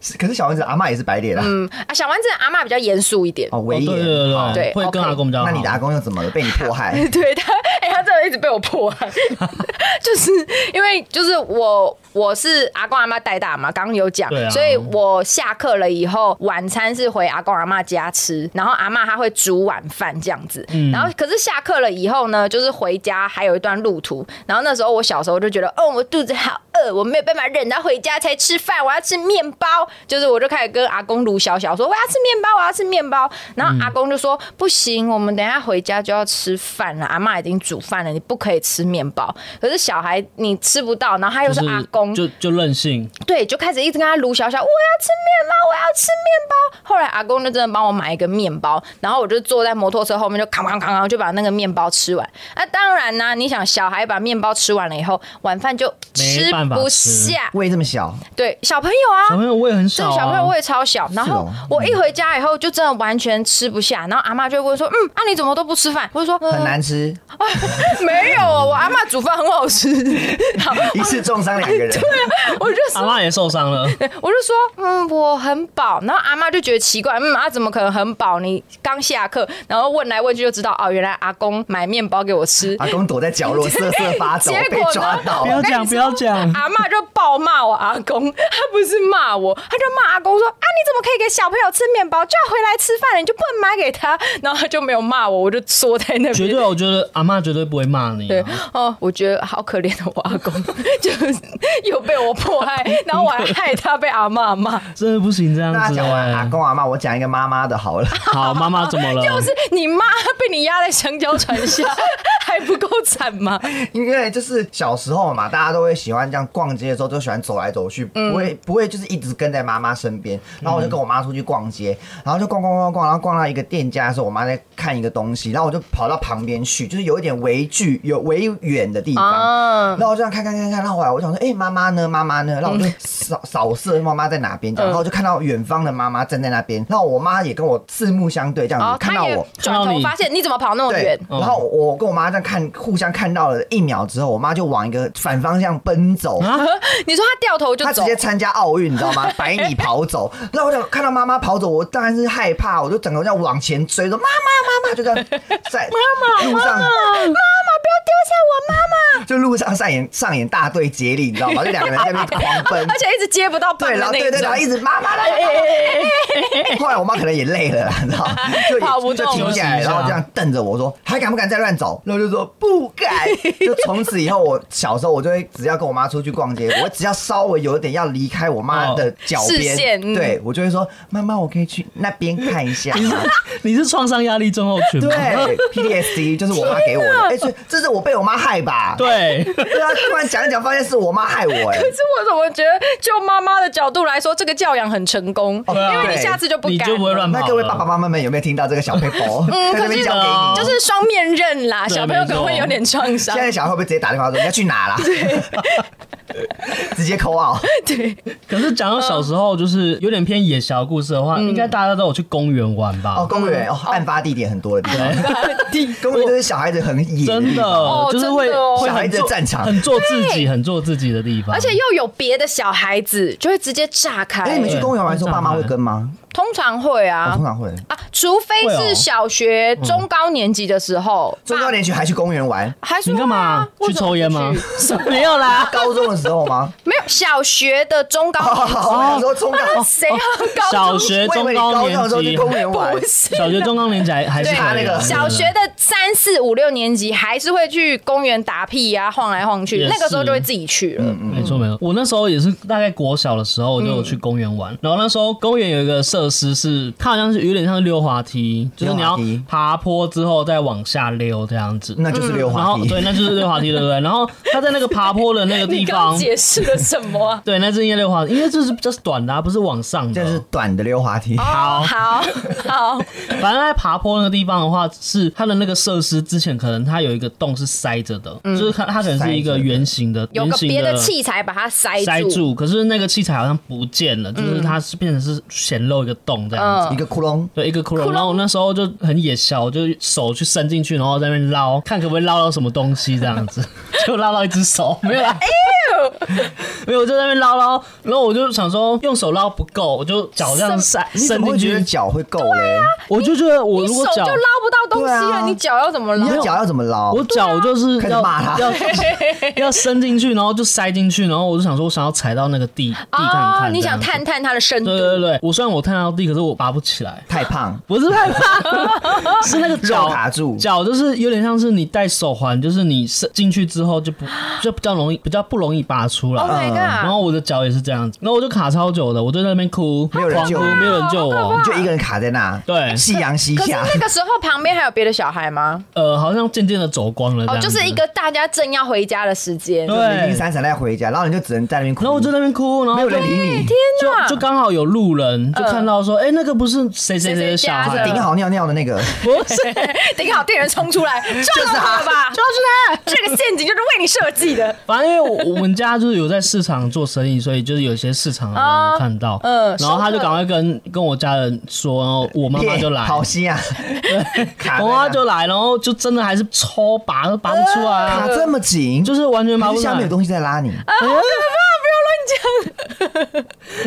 Speaker 2: 是可是小丸子的阿嬷也是白脸啊。
Speaker 1: 嗯啊，小丸子的阿妈比较严肃一点。
Speaker 2: 哦，
Speaker 3: 哦
Speaker 2: 唯
Speaker 3: 对
Speaker 2: 一
Speaker 3: 对对
Speaker 1: 对
Speaker 3: 会
Speaker 1: OK
Speaker 3: 跟阿公比较好。
Speaker 2: 那你的阿公又怎么了？被你 迫害？
Speaker 1: 对他， 哎、他真的一直被我迫害， 就是因为就是我我是阿公阿妈带大嘛，刚刚有讲，
Speaker 3: 对啊
Speaker 1: 所以我下课了以后，晚餐是回阿公阿妈家吃，然后阿妈她会煮晚饭这样子，
Speaker 3: 嗯
Speaker 1: 然后可是下课了以后呢，就是回家还有一段路途，然后那时候我小时候就觉得，哦，我肚子好饿，我没有办法忍到回家才吃饭，我要吃面包，就是我就开始跟阿公卢小小说，我要吃面包，我要吃面包，然后阿公就说、不行，我们等一下回家就要吃饭了，阿妈已经煮饭了，你不可以吃面包，可是小孩你吃不到，然后他又
Speaker 3: 就是是
Speaker 1: 阿公，
Speaker 3: 就就任性，
Speaker 1: 对，就开始一直跟他撸小小，我要吃面包，我要吃面包。后来阿公就真的帮我买一个面包，然后我就坐在摩托车后面，就扛扛扛扛就把那个面包吃完。那、当然呢、你想小孩把面包吃完了以后，晚饭就吃
Speaker 3: 没办法
Speaker 1: 不
Speaker 3: 吃
Speaker 1: 下。
Speaker 2: 胃这么小，
Speaker 1: 对，小朋友啊，
Speaker 3: 小朋友胃很
Speaker 1: 对
Speaker 3: 小、啊，
Speaker 1: 小朋友胃超小，然后我一回家以后就真的完全吃不下，然后阿妈就会问说：“嗯，啊你怎么都不吃饭？”我就说：“
Speaker 2: 很
Speaker 1: 呃
Speaker 2: 难吃，
Speaker 1: 没有，我阿妈煮饭很好吃。”好，
Speaker 2: 一次重伤两 个人。
Speaker 1: 我就
Speaker 3: 阿妈也受伤了，
Speaker 1: 我就说：“嗯，我很饱。”然后阿妈就觉得奇怪：“嗯，啊怎么可能很饱？你刚下课，然后问来问去就知道哦，原来阿公买面包给我吃。”
Speaker 2: 阿公躲在角啊落瑟瑟发 抖
Speaker 1: 结，
Speaker 2: 被
Speaker 1: 果呢
Speaker 2: 抓到
Speaker 3: 不。要讲，不要讲。
Speaker 1: 阿妈就暴骂我阿公，他不是骂我，他就骂阿公说：“啊，你怎么可以给小朋友吃面包？叫他回来吃饭了，你就不能买给他。” 然后他就没有骂我，我就缩在那
Speaker 3: 绝
Speaker 1: 边。
Speaker 3: 对，我觉得阿妈绝对不会骂你、
Speaker 1: 对
Speaker 3: 啊。，
Speaker 1: 哦，我觉得好可怜的我阿公， 就是又被我迫害，然后我还害他被阿妈骂。
Speaker 3: 真的不行这样
Speaker 2: 那
Speaker 3: 子、
Speaker 2: 讲完阿
Speaker 3: 欸。
Speaker 2: 公阿妈，我讲一个妈妈的好 了。
Speaker 3: 好，妈妈怎么了？
Speaker 1: 就是你妈被你压在香蕉船下，还不够惨 吗？
Speaker 2: 因为就是小时候嘛，大家都会喜欢这样逛街的时候，都喜欢走来走去，不
Speaker 1: 嗯
Speaker 2: 会不会就是一直跟在妈妈身边。然
Speaker 3: 嗯
Speaker 2: 后我就跟我妈出去逛街，然后就逛逛逛逛，然后逛到一个店家的时候，我妈在看一个东西，然后我就跑到旁边去，就是有一点微距有微远的地方。
Speaker 1: 啊
Speaker 2: 然，后我这样看看看看，然后后来我想说，哎、妈妈呢？妈妈呢？然后我
Speaker 1: 嗯
Speaker 2: 就扫扫射妈妈在哪边，这样然后我就看到远方的妈妈站在那边，然后我妈也跟我四目相对这样子，
Speaker 1: 哦，
Speaker 2: 嗯看
Speaker 1: 他
Speaker 2: 到
Speaker 1: 也
Speaker 2: 我，
Speaker 1: 转
Speaker 3: 看到
Speaker 1: 头
Speaker 3: 你
Speaker 1: 发现你怎么跑那么
Speaker 2: 对
Speaker 1: 远？，
Speaker 3: 嗯
Speaker 2: 然后我跟我妈这样看，互相看到了一秒之后，我妈就往一个反方向奔走。
Speaker 3: 啊
Speaker 1: 你说他掉头嗯就
Speaker 2: 她直
Speaker 1: 走
Speaker 2: 接，参加奥运，你知道吗？百米跑走。 那我想看到妈妈跑走，我当然是害怕，我就整个要往前追，说妈妈妈妈，就这样在路上，妈妈不要丢下我妈妈，就路上上演上演大队接力，你知道吗？就两个人在那边狂 奔
Speaker 1: 而，且一直接不到棒
Speaker 2: 对，
Speaker 1: 的
Speaker 2: 然后
Speaker 1: 那
Speaker 2: 对对，然后
Speaker 1: 种。
Speaker 2: 一哎直妈妈来。后来我妈可能也累了啦，你知道吗，就
Speaker 1: 跑不
Speaker 2: 就
Speaker 1: 动
Speaker 2: 停下来，
Speaker 3: 休息一下
Speaker 2: 然后这样瞪着我说：“还 敢不敢再乱走？”然后就说：“不敢。”就从此以后，我小时候我就会只要跟我妈出去逛街，我只要稍微有一点要离开我妈的脚
Speaker 1: 视
Speaker 2: 边，
Speaker 1: 线嗯
Speaker 2: 对我就会说：“妈妈，我可以去那边看一 下吗。
Speaker 3: 你是创伤压力症候群吗？
Speaker 2: 对，PDSD 就是我妈给 我的，哎、所以这是我被我妈害吧？
Speaker 3: 对，
Speaker 2: 对啊，突然讲一讲，发现是我妈害我、哎，
Speaker 1: 可是我怎么觉得，就妈妈的角度来说，这个教养很成功，
Speaker 2: 哦对啊
Speaker 1: 因为你下次就不敢
Speaker 3: 你
Speaker 1: 了，
Speaker 3: 就不会乱跑
Speaker 2: 那
Speaker 3: 了。
Speaker 2: 各位爸爸 妈妈们有没有听到这个小配包？嗯，在这边交给你，
Speaker 1: 就是双面刃啦，
Speaker 3: 对
Speaker 1: 小朋友可能会
Speaker 3: 没错
Speaker 1: 有点创伤
Speaker 2: 现。在小孩会不会直接打电话说你要去哪啦？ 直接扣啊！
Speaker 1: 对，
Speaker 3: 可是讲到小时候，就是有点偏野小的故事的话，
Speaker 1: 嗯
Speaker 3: 应该大家都有去公园玩吧？
Speaker 2: 哦，公园哦，案发地点很多的 地方， 公园都是小孩子很野的
Speaker 3: 真
Speaker 2: 地
Speaker 3: 的，
Speaker 2: 方。
Speaker 1: 哦
Speaker 3: 就是会
Speaker 1: 真的哦
Speaker 3: 会
Speaker 2: 小孩
Speaker 3: 很
Speaker 2: 子
Speaker 3: 做
Speaker 2: 的战场
Speaker 3: 很做自己，很做自己的地方。
Speaker 1: 而且又有别的小孩子，就会直接炸
Speaker 2: 哎，
Speaker 1: 开
Speaker 2: 你。们去公园玩的时候，
Speaker 3: 对
Speaker 2: 爸妈会跟吗？
Speaker 1: 通常会
Speaker 2: 我
Speaker 1: 啊
Speaker 2: 通常会。
Speaker 1: 啊，除非
Speaker 3: 会哦嗯
Speaker 1: 是小学中高年级的时候，
Speaker 2: 中高年级还去公园玩，
Speaker 1: 还是
Speaker 3: 你
Speaker 1: 会啊
Speaker 3: 干嘛
Speaker 1: 为
Speaker 3: 去
Speaker 1: 什么
Speaker 3: 抽烟
Speaker 1: 不
Speaker 3: 吗
Speaker 1: 去？
Speaker 3: 没 有啦，
Speaker 2: 高中的时候吗？
Speaker 1: 没有，小学的中高年级
Speaker 2: 哦，时候中高，
Speaker 1: 谁要高
Speaker 3: 小
Speaker 1: 中？
Speaker 3: 学
Speaker 2: 我以
Speaker 3: 中
Speaker 2: 为你高
Speaker 3: 高
Speaker 2: 中的
Speaker 3: 年
Speaker 2: 时候去
Speaker 3: 级，
Speaker 2: 公园玩
Speaker 1: 不。是
Speaker 3: 小学中高年级还还是
Speaker 1: 对
Speaker 3: 可以
Speaker 2: 那
Speaker 3: 的
Speaker 2: 个
Speaker 1: 小学的三四五六年级还是会去公园打屁呀、晃来晃去
Speaker 3: 也，是嗯
Speaker 1: 那个时候就会自己去了。
Speaker 3: 没错没错，我那时候也是大概国小的时候，我就
Speaker 1: 嗯
Speaker 3: 有去公园玩。然后那时候公园有一个设施是，它好像是有点像是溜滑梯，就是你
Speaker 2: 溜
Speaker 3: 要
Speaker 2: 滑梯
Speaker 3: 爬坡之后再往下溜这样子。
Speaker 2: 那就是溜
Speaker 3: 嗯然
Speaker 2: 滑
Speaker 3: 后
Speaker 2: 梯
Speaker 3: 对，，那就是溜滑梯，对不对？然后它在那个爬坡的那个地
Speaker 1: 你刚
Speaker 3: 方，？
Speaker 1: 解释了什么啊
Speaker 3: 对，那是应该溜滑梯，因为这是比较短的、啊，不是往上的。
Speaker 2: 就是短的溜滑梯。
Speaker 3: 啊
Speaker 1: 哦好好好，
Speaker 3: 反正在爬坡那个地方的话，是它的那个设施之前可能它有一个洞是塞着的，就是它它可能是一
Speaker 2: 塞着
Speaker 3: 个
Speaker 2: 的
Speaker 3: 圆形的，
Speaker 1: 嗯有
Speaker 3: 圆
Speaker 1: 个
Speaker 3: 形
Speaker 1: 别的器材把它塞
Speaker 3: 塞
Speaker 1: 住。
Speaker 3: 住，可是那个器材好像不见了，就是
Speaker 1: 嗯
Speaker 3: 它是变成是显露一个洞这样子。
Speaker 2: 一个窟窿，
Speaker 3: 对，一个窟窿，然后我那时候就很野小，就手去伸进去，然后在那边捞，看可不可以捞到什么东西这样子， 就捞到一 只手，没有啦，
Speaker 1: 哎
Speaker 3: 没有，我就在那边捞捞，然后我就想说用手捞不够，我就脚这样塞
Speaker 2: 你怎
Speaker 3: 伸
Speaker 2: 么会
Speaker 3: 进
Speaker 2: 觉得
Speaker 3: 去，
Speaker 2: 脚会够嘞？
Speaker 3: 我就觉得我
Speaker 1: 你
Speaker 3: 如果
Speaker 1: 手就
Speaker 3: 脚
Speaker 1: 捞不啊到东西
Speaker 2: 对
Speaker 1: 了，
Speaker 2: 啊
Speaker 1: 你脚要怎么
Speaker 2: 你
Speaker 1: 捞？
Speaker 2: 的脚要怎么捞？
Speaker 3: 我脚就是
Speaker 2: 开始
Speaker 3: 要
Speaker 2: 骂他
Speaker 3: 要 要伸进去，然后就塞进去，然后我就想说，我想要踩到那个地地看看，
Speaker 1: 哦你想？探探它的深度
Speaker 3: 对？对对，我虽然我探到地，可是我拔不起来。
Speaker 2: 太胖，
Speaker 3: 不是害怕，是那个脚
Speaker 2: 肉卡住
Speaker 3: 脚就是有点像是你戴手环，就是你伸进去之后就不就比较容易比较不容易拔出来。
Speaker 1: Oh my
Speaker 2: 嗯
Speaker 3: 然
Speaker 1: god！
Speaker 3: 后我的脚也是这样子，然后我就卡超久的，我就在那边哭，
Speaker 2: 没有人
Speaker 3: 狂
Speaker 2: 救
Speaker 3: 哭，
Speaker 2: 你
Speaker 3: 没有人救我
Speaker 2: 你。就一个人卡在那，
Speaker 3: 对
Speaker 2: 夕阳西
Speaker 1: 可是
Speaker 2: 下。
Speaker 1: 那个时候旁边还有别的小孩吗？
Speaker 3: 呃，好像渐渐的走光了这
Speaker 1: 哦，
Speaker 3: 样子。
Speaker 1: 就是一个大家正要回家的时间。
Speaker 3: 对
Speaker 2: 零零散散再回家，然后你就只能在那边哭。
Speaker 3: 然后我就在那边哭，然后
Speaker 2: 没有人理你，
Speaker 1: 天哪
Speaker 3: 就就刚好有路人就看到说，哎、那个不是谁谁谁的小小
Speaker 1: 家
Speaker 3: 孩
Speaker 1: 的
Speaker 2: 顶好尿尿的那个，
Speaker 3: 不是，
Speaker 1: 顶好店员冲出来，抓到我了吧？
Speaker 3: 就是他。
Speaker 1: 这个陷阱就是为你设计的。
Speaker 3: 反正因为我我们家就是有在市场做生意，所以就是有些市场的
Speaker 1: 哦
Speaker 3: 人看到，
Speaker 1: 嗯
Speaker 3: 然后他就赶快跟跟我家人说，然后我妈妈就来，
Speaker 2: 好心 啊，卡
Speaker 3: 我
Speaker 2: 在
Speaker 3: 妈妈
Speaker 2: 那
Speaker 3: 就来，然后就真的还是抽拔都拔不出来啊
Speaker 2: 卡，这么紧，
Speaker 3: 就是完全拔
Speaker 2: 还
Speaker 3: 不
Speaker 2: 是
Speaker 3: 出
Speaker 2: 下面
Speaker 3: 来
Speaker 2: 有。
Speaker 3: 啊
Speaker 2: 东西在拉你，